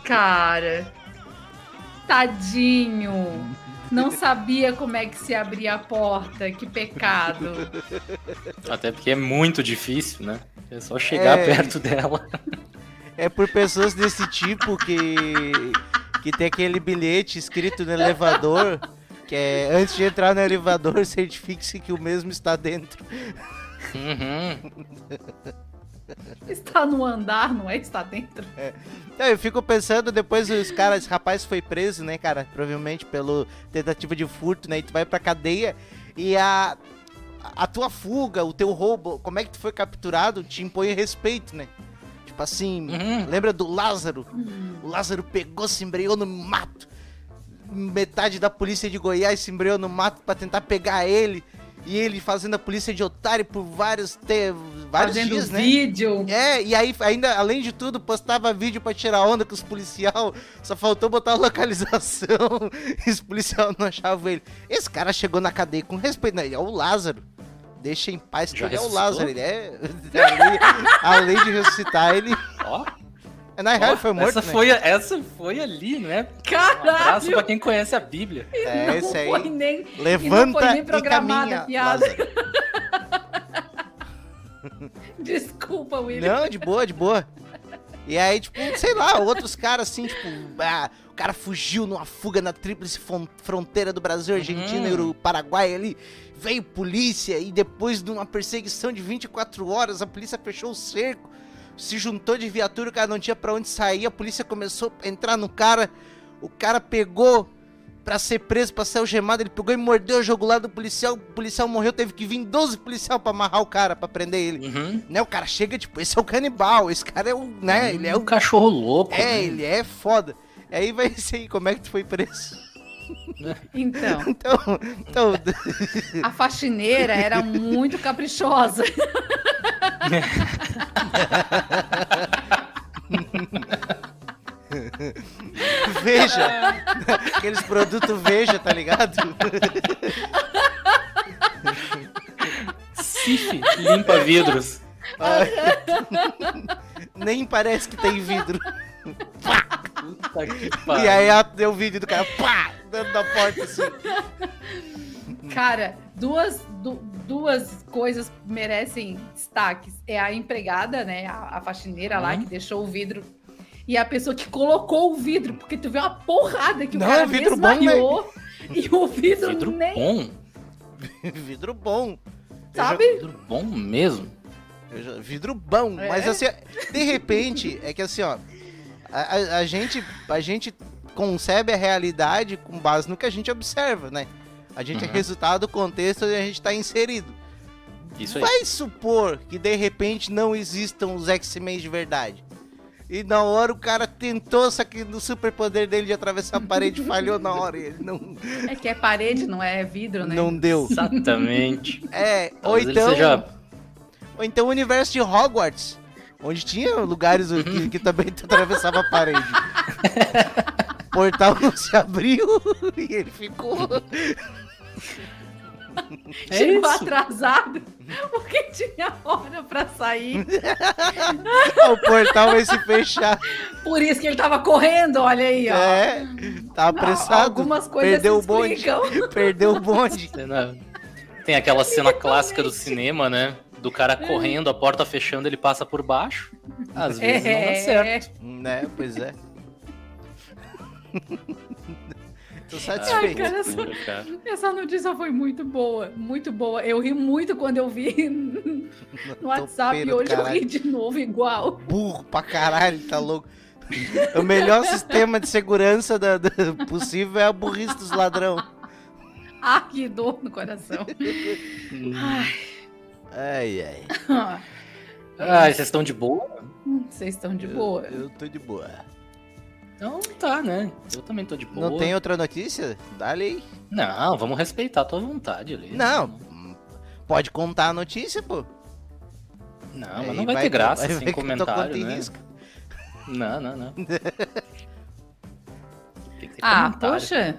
Cara. Tadinho. Não sabia como é que se abria a porta. Que pecado.
Até porque é muito difícil, né? É só chegar
É.
perto dela.
É por pessoas desse tipo que. que tem aquele bilhete escrito no elevador. Que é antes de entrar no elevador, certifique-se que o mesmo está dentro.
Uhum.
Está no andar, não é? Está dentro.
Então, eu fico pensando, depois os caras, esse rapaz foi preso, né, cara? Provavelmente pelo tentativa de furto, né? E tu vai pra cadeia e a. A tua fuga, o teu roubo, como é que tu foi capturado, te impõe respeito, né? Tipo assim,
Uhum.
lembra do Lázaro? O Lázaro pegou, se embreou no mato. Metade da polícia de Goiás se embreou no mato pra tentar pegar ele. E ele fazendo a polícia de otário por vários, te... vários
Fazendo
dias, né?
vídeo.
É, e aí ainda, além de tudo, postava vídeo pra tirar onda com os policial, só faltou botar a localização, e os policial não achavam ele. Esse cara chegou na cadeia com respeito, né? ele é o Lázaro. Deixa em paz que
Já
ele é o
ressuscitou?
Lázaro, ele é... além, além de ressuscitar, ele...
Ó,
Na real,
ó,
ele foi morto,
essa,
né?
foi, a- essa foi ali, né? Um abraço
Caralho.
pra quem conhece a Bíblia.
É, esse aí.
Foi nem... E não
Levanta
foi nem
e
programada
caminha,
a piada.
Lázaro.
Desculpa, William.
Não, de boa, de boa. E aí, tipo, sei lá, outros caras assim, tipo, ah, o cara fugiu numa fuga na tríplice fron- fronteira do Brasil, Argentina e o Paraguai ali. Veio polícia e depois de uma perseguição de 24 horas, a polícia fechou o cerco, se juntou de viatura, o cara não tinha pra onde sair, a polícia começou a entrar no cara, o cara pegou pra ser preso, pra ser algemado, ele pegou e mordeu o jogo lá do policial, o policial morreu, teve que vir 12 policial pra amarrar o cara, pra prender ele
Uhum.
né? O cara chega, tipo, esse é o canibal, esse cara é o, né? Ele é o...
cachorro louco.
É, ele é foda. Aí vai ser aí, como é que tu foi preso?
Então,
Então, então
a faxineira era muito caprichosa.
veja. Aqueles produtos veja, tá ligado?
Sif limpa vidros.
Nem parece que tem vidro.
Puta que
E aí
pariu.
a- deu o vídeo do cara, pá, dentro da porta assim.
Cara, duas, du- duas coisas merecem destaques. É a empregada, né? A, a faxineira lá
Uhum.
que deixou o vidro. E a pessoa que colocou o vidro, porque tu vê uma porrada que
Não,
o cara
é vidro bom, né?
desmaiou e o vidro,
Vidro
nem,
bom.
Vidro bom.
sabe?
Vidro bom mesmo.
Eu já- Vidro bom,
É.
mas assim, ó, de repente, é que assim, ó, a, a- a gente, a gente concebe a realidade com base no que a gente observa, né? A gente é
Uhum.
resultado do contexto onde a gente tá inserido.
Isso aí.
Vai supor que de repente não existam os X-Men de verdade. E na hora o cara tentou, só que no superpoder dele de atravessar a parede falhou na hora e ele não,
É que é parede, não é vidro, né?
não deu.
Exatamente.
É, ou
Talvez
então.
ele seja.
Ou então o universo de Hogwarts, onde tinha lugares que, que também atravessava a parede. O portal não se abriu e ele ficou.
É
Chegou
isso.
atrasado porque tinha hora pra sair.
O portal vai se fechar.
Por isso que ele tava correndo, olha aí, ó.
É, tá apressado.
Algumas coisas
Perdeu
se
o bonde.
explicam.
Perdeu o bonde.
Cena- Tem aquela cena clássica do cinema, né? Do cara correndo, a porta fechando, ele passa por baixo. Às
É.
vezes não dá certo.
Né, pois é. Tô
Ai,
satisfeito.
cara, essa,
Loucura, cara.
essa notícia foi muito boa, muito boa. Eu ri muito quando eu vi no WhatsApp e
Topeiro do
hoje eu
caralho.
ri de novo igual.
burro pra caralho, tá louco. O melhor sistema de segurança da- da- possível é a burrice dos ladrão.
Ah, que dor no coração.
Ai, ai.
Ah, vocês estão de boa?
Vocês estão de boa.
Eu, eu tô de boa.
Então tá, né? Eu também tô de boa.
Não tem outra notícia? Dá-lhe aí.
Não, vamos respeitar a tua vontade ali.
Não. Pode contar a notícia, pô.
Não, mas
Aí
não vai, ter graça
vai
sem
que tua conta
comentário,
em
né?
risco.
Não, não, não. Tem que ter
Ah,
comentário.
poxa.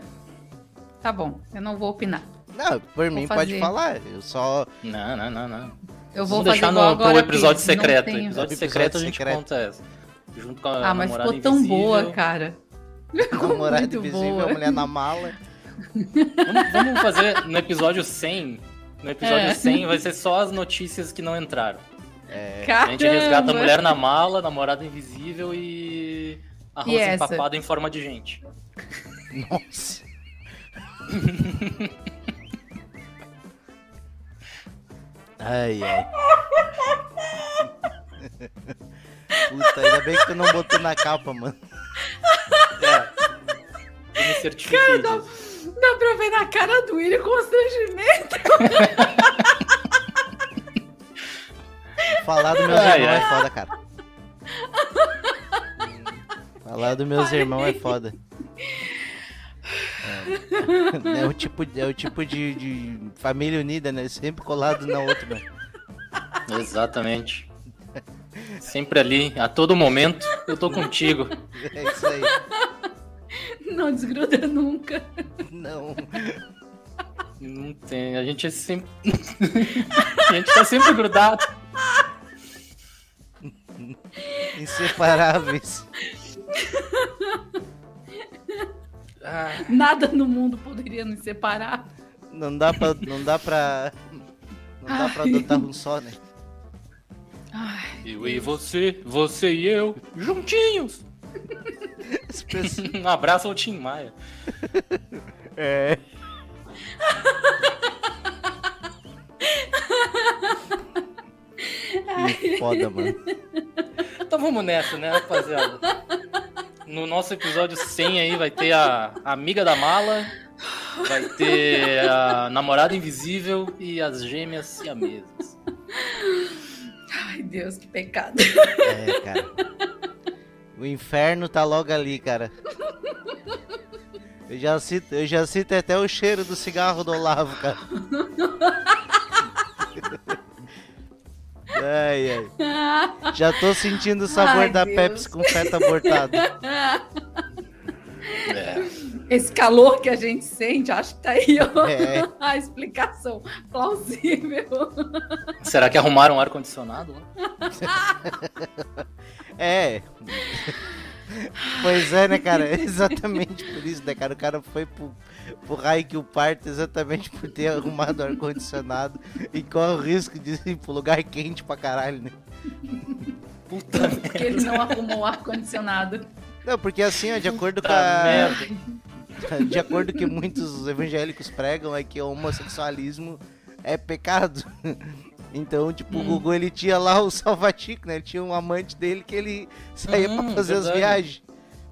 Tá bom, eu não vou opinar.
Não, por mim pode
fazer.
falar. Eu só.
Não, não, não, não.
Eu vou
Vamos deixar
fazer igual
no,
agora.
pro episódio
Pires, não
secreto.
tenho-
Episódio
Episódio
secreto a gente
secreto.
conta essa. Junto com a
Ah, mas
namorada
ficou tão
invisível.
boa, cara.
Namorada
Muito
invisível,
boa.
a mulher na mala.
Vamos, vamos fazer no episódio 100. No episódio
É.
100 vai ser só as notícias que não entraram.
Caramba.
A gente resgata a mulher na mala, namorada invisível e a
E
rosa
essa?
empapada em forma de gente.
Nossa. ai, ai. Puta, ainda bem que tu não botou na capa, mano.
Eu me certifiquei disso.
Dá pra ver na cara do William constrangimento.
Falar dos meus
Ai,
irmãos
ai.
é foda, cara. Falar dos meus irmãos é foda. É, É o tipo, é o tipo de, de família unida, né? Sempre colado na outra, né?
Exatamente. Sempre ali, a todo momento, eu tô contigo.
É isso aí.
Não desgruda nunca.
Não.
Não tem, a gente é sempre. a gente tá sempre grudado.
Inseparáveis.
Ah,
Nada no mundo poderia nos separar.
Não dá pra. Não dá pra. Não dá pra adotar um só, né?
eu e você, você e eu, juntinhos.
As pessoas-
Um abraço ao Tim Maia.
É. Que foda, mano.
Então vamos nessa, né, rapaziada? No nosso episódio 100 aí vai ter a amiga da mala, vai ter a namorada invisível e as gêmeas siamesas.
Ai, Deus, que pecado.
É, cara. O inferno tá logo ali, cara. Eu já sinto, eu já sinto até o cheiro do cigarro do Olavo, cara. Ai, ai. Já tô sentindo o sabor
Ai,
da
Deus.
Pepsi com feto abortado.
É.
Esse calor que a gente sente, acho que tá aí ó,
É.
a explicação plausível.
Será que arrumaram um ar-condicionado? lá?
É. Pois é, né, cara? Exatamente por isso, né, cara? O cara foi pro, pro raio que o parto exatamente por ter arrumado o ar-condicionado e corre o risco de ir pro lugar quente pra caralho, né?
Puta merda.
Porque ele não arrumou o ar-condicionado.
Não, porque assim, ó, de acordo com a...
merda.
De acordo que muitos evangélicos pregam, é que o homossexualismo é pecado. Então, tipo,
Hum.
o Gugu, ele tinha lá o Salvatico, né? Ele tinha um amante dele que ele saía
Hum,
pra fazer as
verdade.
viagens.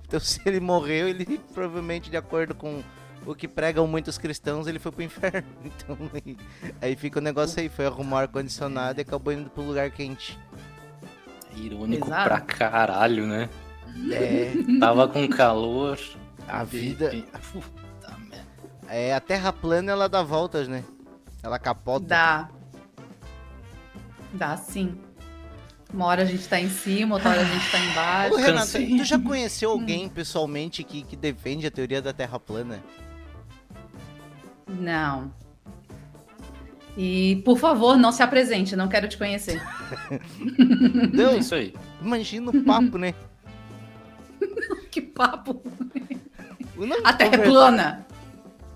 Então, se ele morreu, ele provavelmente, de acordo com o que pregam muitos cristãos, ele foi pro inferno. Então, aí, aí fica o negócio aí. Foi arrumar o ar-condicionado e acabou indo pro lugar quente.
Irônico
Pesado.
pra caralho, né?
É,
Tava com calor.
a
de
vida...
repente- Puta merda.
É, a Terra plana, ela dá voltas, né? Ela capota.
Dá. Dá sim. Uma hora a gente tá em cima, outra hora a gente tá
Ô,
embaixo.
Renata,
cansei.
tu já conheceu alguém pessoalmente que, que defende a teoria da Terra plana?
Não. E, por favor, não se apresente, não quero te conhecer.
É
Deus,
isso aí.
imagina o papo, né?
que papo!
Não,
A terra é
conver-
plana!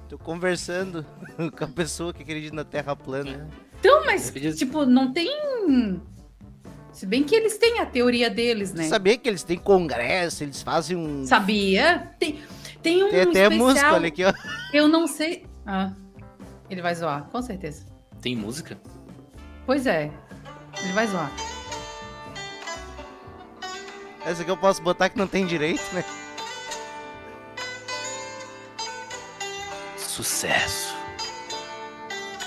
Tô conversando com a pessoa que acredita na Terra plana.
Então, mas,
Eles-
tipo, não tem. Se bem que eles têm a teoria deles, né?
Sabia que eles têm congresso, eles fazem um.
Sabia? Tem, tem um
Tem até
especial.
música, olha aqui, ó.
Eu não sei. Ah, ele vai zoar, com certeza.
Tem música?
Pois é, ele vai zoar.
Essa aqui eu posso botar que não tem direito, né?
Sucesso.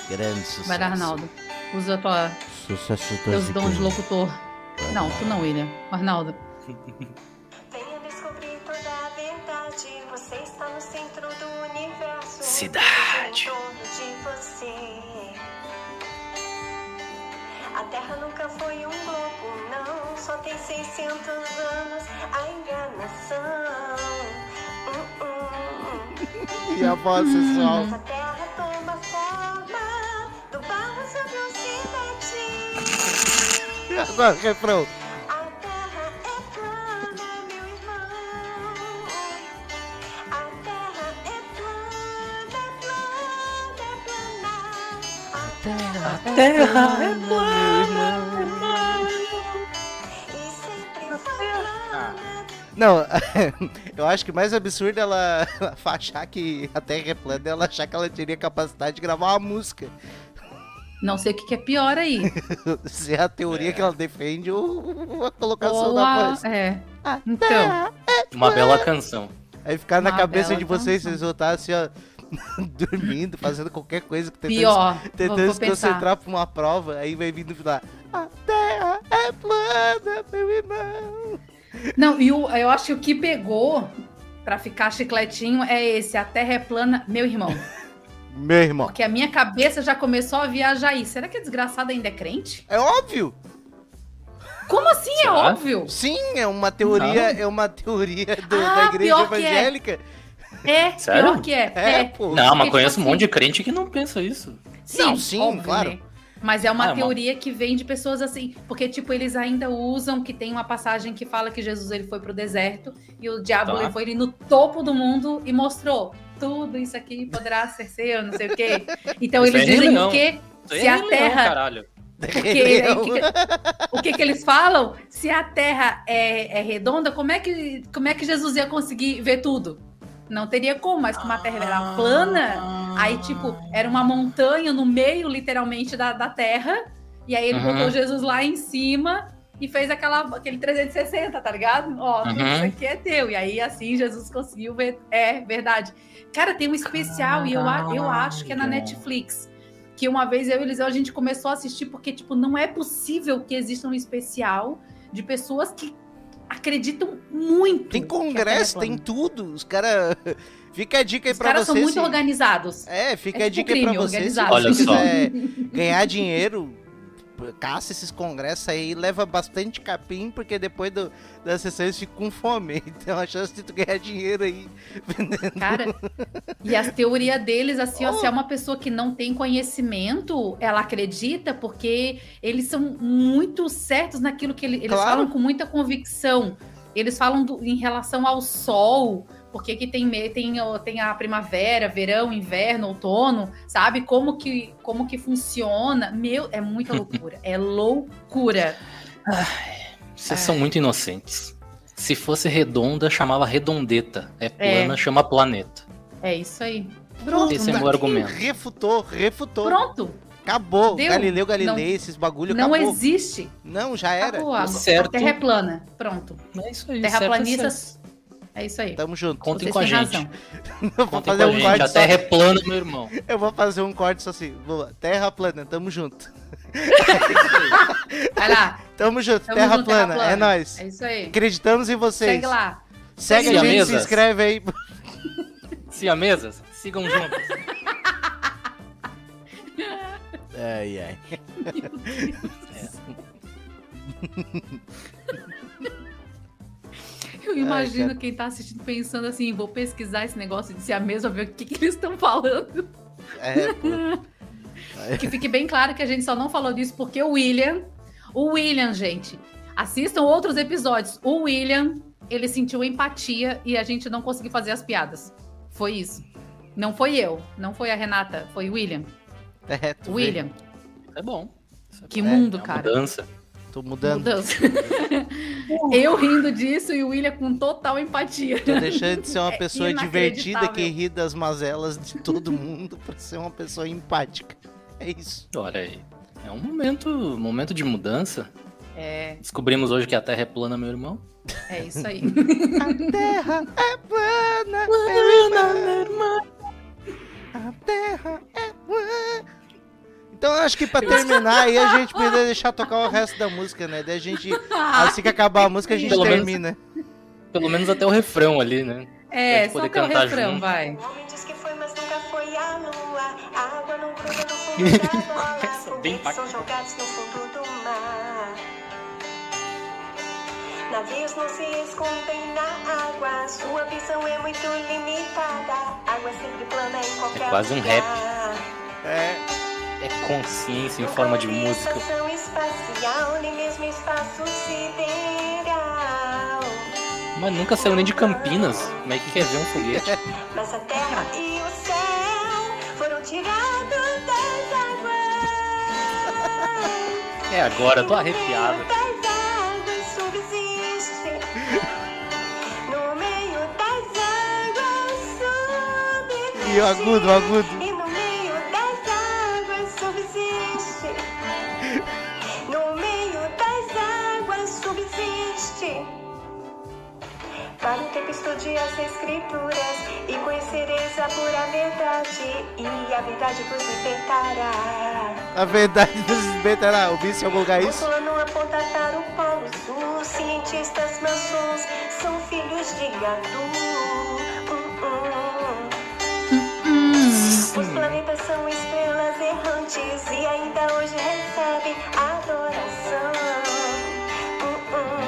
Grande sucesso.
Vai dar, Arnaldo. Usa a tua,
Sucesso
teus dons de locutor. Não, tu não, William. Arnaldo.
Venha descobrir toda a verdade. Você está no centro do universo.
Cidade.
Em torno de você. A Terra nunca foi um globo, não. Só tem 600 anos a enganação. Hum, hum, hum.
E a voz sensual.
Nossa terra toma forma do barro sobre o cidade.
E agora o refrão.
A terra é plana, meu irmão. A terra é plana, plana, plana. A terra
Meu irmão.
e sempre foi plana.
Não, eu acho que o mais absurdo é ela achar que a Terra é plana, ela achar que ela teria capacidade de gravar uma música.
Não sei o que, que é pior aí.
Se é a teoria que ela defende ou a colocação
Ou
da
a-
voz.
É.
Ah,
Então,
Uma bela canção.
Aí ficar na
Uma
cabeça
Ah, bela então.
de vocês,
canção.
vocês voltar assim, ó, dormindo, fazendo qualquer coisa, tentando,
pior. Vou,
tentando
vou
se
pensar.
concentrar pra uma prova, aí vai vindo lá. A terra é plana, meu irmão.
Não, e o- eu acho que o que pegou pra ficar chicletinho é esse. A terra é plana, meu irmão.
Meu irmão.
Porque a minha cabeça já começou a viajar aí. Será que a desgraçada ainda é crente?
É óbvio!
Como assim? É
Será?
óbvio.
Sim, é uma teoria, é uma teoria do- da
Ah,
igreja
pior que é.
evangélica.
É,
Sério?
pior que é.
É,
É.
Não,
pô.
porque,
mas
tipo
conheço um
assim-
monte de crente que não pensa isso.
Sim,
Não, sim,
óbvio,
claro.
né? Mas é uma
Ah, é uma-
teoria que vem de pessoas assim, porque tipo eles ainda usam que tem uma passagem que fala que Jesus ele foi pro deserto e o diabo
Tá.
levou ele no topo do mundo e mostrou tudo isso aqui poderá ser seu, não sei o quê. Então
Isso
eles
é
dizem
religião.
o quê?
Isso aí
Se
é
a
leão,
Terra,
caralho.
porque, aí, o que que- o que que eles falam? Se a Terra é, é redonda, como é que como é que Jesus ia conseguir ver tudo? Não teria como, mas como a Terra era plana, Aí, tipo, era uma montanha no meio, literalmente, da, da terra. E aí ele
Uhum.
botou Jesus lá em cima e fez aquela, aquele 360, tá ligado? Ó, tudo
Uhum.
isso aqui é teu. E aí, assim, Jesus conseguiu ver. É, verdade. Cara, tem um especial, e eu, a- eu acho que é na
Caralho.
Netflix. Que uma vez eu e o Eliseu, a gente começou a assistir, porque, tipo, não é possível que exista um especial de pessoas que acreditam muito.
Tem
que a Terra é
congresso,
plana.
tem tudo. Os caras. Fica a dica aí
Os
pra assim.
caras
vocês.
são muito
se-
organizados.
É, fica
É
a
tipo
dica aí pra
crime
vocês. Se
organizado.
Olha
você
só.
quiser ganhar dinheiro, caça esses congressos aí, leva bastante capim, porque depois do, das sessões fica com fome. Então a chance de tu ganhar dinheiro aí.
Cara, e as teorias deles, assim, ó,
Oh.
se é uma pessoa que não tem conhecimento, ela acredita, porque eles são muito certos naquilo que ele- eles
Claro.
falam com muita convicção. Eles falam do- em relação ao sol, porque que tem, me- tem, ó, tem a primavera, verão, inverno, outono, sabe? Como que, como que funciona. Meu, é muita loucura. é loucura.
Vocês são muito inocentes. Se fosse redonda, chamava redondeta. É
É.
plana, chama planeta.
É isso aí.
Pronto,
Esse é
tá
meu
aqui.
argumento.
Refutou, refutou.
Pronto,
Acabou.
Deu.
Galileu Galilei, esses bagulho
não
acabou.
existe.
Não, já era.
Acabou, a,
Certo.
a terra é plana. Pronto.
É isso aí. certo é certo.
Terraplanistas. É isso aí.
Tamo junto.
Vocês
Contem com a
têm
gente.
razão.
Eu vou
Contem
fazer
com a
um
gente.
corte
A
só.
terra é plana, meu irmão.
Eu vou fazer um corte só assim. Lula, terra plana, tamo junto.
Vai lá.
Tamo junto,
Tamo
terra,
junto,
plana, é nóis.
É isso aí.
Acreditamos em vocês.
Segue lá.
Segue a gente,
Siamesas.
se inscreve aí.
Siamesas, sigam juntos.
Ai, ai.
Eu imagino quem tá assistindo pensando assim, vou pesquisar esse negócio de ser a mesma, ver o que, que eles estão falando.
É, pô.
que fique bem claro que a gente só não falou disso porque o William. O William, gente. Assistam outros episódios. O William, ele sentiu empatia e a gente não conseguiu fazer as piadas. Foi isso. Não foi eu, não foi a Renata, foi o William.
É, tu vê,
William,
Isso é bom. Isso é
que
bom.
mundo,
É uma
cara.
Mudança.
Tô mudando.
Mudança. eu rindo disso e o William com total empatia.
Tô deixando de ser uma
É
pessoa divertida que
inacreditável.
ri das mazelas de todo mundo pra ser uma pessoa empática. É isso.
Olha aí. É um momento, momento de mudança.
É,
Descobrimos hoje que a Terra é plana, meu irmão.
é isso aí.
A terra é plana, meu irmão. A terra é plana. Então eu acho que pra terminar aí a gente poderia deixar tocar o resto da música, né? Daí a gente,
Ah,
assim que acabar a música, a gente
Pelo menos-
termina.
Pelo menos até o refrão ali, né? Pra
É,
gente
só
poder
até o
cantar
refrão,
junto.
vai.
O homem diz que foi, mas nunca foi a lua. A água não gruda no fundo da bola.
Começa é bem
Foguetes são jogados no fundo do mar. Navios não se escondem na água. Sua visão é muito limitada. Água sempre plana em qualquer
quase um
lugar.
rap.
É,
É consciência em forma de
Nunca vi
música.
Estação espacial, nem mesmo espaço sideral.
Mas nunca saiu nem de Campinas. Como é que quer ver um foguete?
Mas a terra e o céu foram tirados das águas.
É agora, eu tô
No
arrepiado.
meio das águas subsiste. No meio das águas
E
subsiste.
o agudo, o agudo.
E no meio das águas subsiste. No meio das águas subsiste. Para o tempo estude as escrituras e conhecereis a pura verdade e a verdade vos libertará.
a verdade dos desbetará. O bicho é lugar
O
isso?
plano aponta para o Polo Sul. Cientistas maçons são filhos de Gadu. Hum, hum. Os planetas são estrelas errantes e ainda hoje recebem adoração. Hum, hum.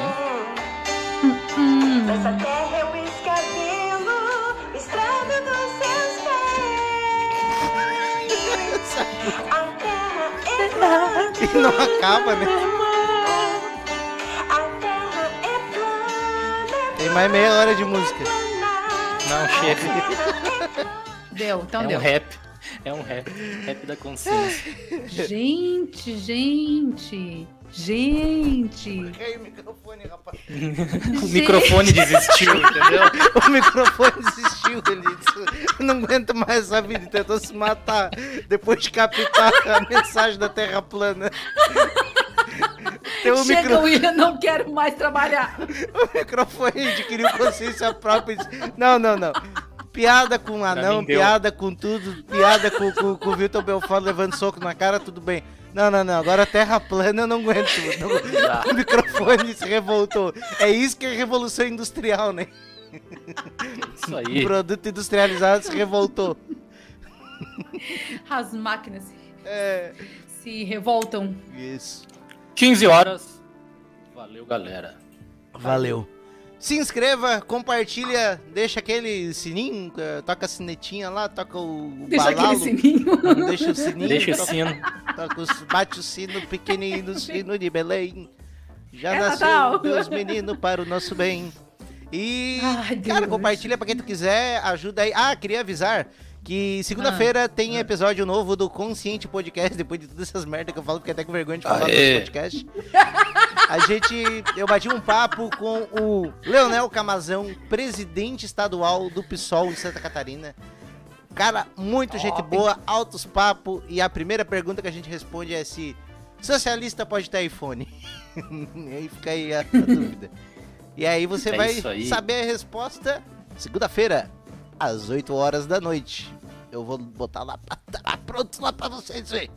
hum.
Nossa terra é o escabelo, estrado dos seus pés. A terra é plana.
E não acaba, né?
A terra é plana.
Tem mais meia hora de música.
Não, chega.
é
Deu, Ah, então
um É um
deu.
rap. É um rap. Rap da consciência.
Gente, gente, gente.
Aí o microfone, rapaz.
O microfone desistiu, então, entendeu?
O microfone desistiu, ele disse, não aguento mais essa vida, ele tentou se matar depois de captar a mensagem da Terra plana. Tem
um
o,
Chega,
micro...
William, não quero mais trabalhar.
o microfone adquiriu consciência própria e disse, não, não, não. Piada com anão,
mim deu.
piada com tudo, piada com, com, com o Vitor Belfort levando soco na cara, tudo bem. Não, não, não, agora Terra plana eu não aguento.
Tá.
Não- O microfone se revoltou. É isso que é revolução industrial, né?
Isso
O
aí.
produto industrializado se revoltou.
As máquinas
É.
se revoltam.
Isso.
15 horas. Valeu, galera.
Valeu. Se inscreva, compartilha, deixa aquele sininho, eh, toca a sinetinha lá, toca o, o
Deixa aquele
balalo.
sininho.
Deixa o sininho.
Deixa o
toca-
sino.
toca os- bate o sino pequenino, sino de Belém. Já
É
nasceu
Natal.
Deus menino para o nosso bem. E,
Ai,
cara,
Deus.
compartilha pra quem tu quiser, ajuda aí. Ah, queria avisar que segunda-feira
Ah.
tem episódio novo do Consciente Podcast, depois de todas essas merdas que eu falo, porque até com vergonha de falar
Aê.
do podcast. A gente, eu bati um papo com o Leonel Camazão, presidente estadual do PSOL de Santa Catarina. Cara, muito gente boa, altos papo, e a primeira pergunta que a gente responde é se socialista pode ter iPhone. E aí fica aí a, a dúvida. E aí você
É
vai
isso aí.
saber a resposta segunda-feira, às 8 horas da noite. Eu vou botar lá, pra- tá lá pronto lá pra vocês verem.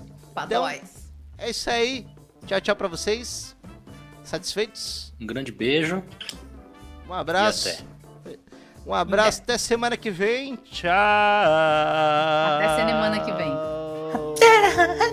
um-
Pra
Então-
nós.
É isso aí. Tchau, tchau pra vocês. Satisfeitos?
Um grande beijo.
Um abraço.
E até.
Um abraço até semana que vem. Tchau.
Até semana que vem.
Até.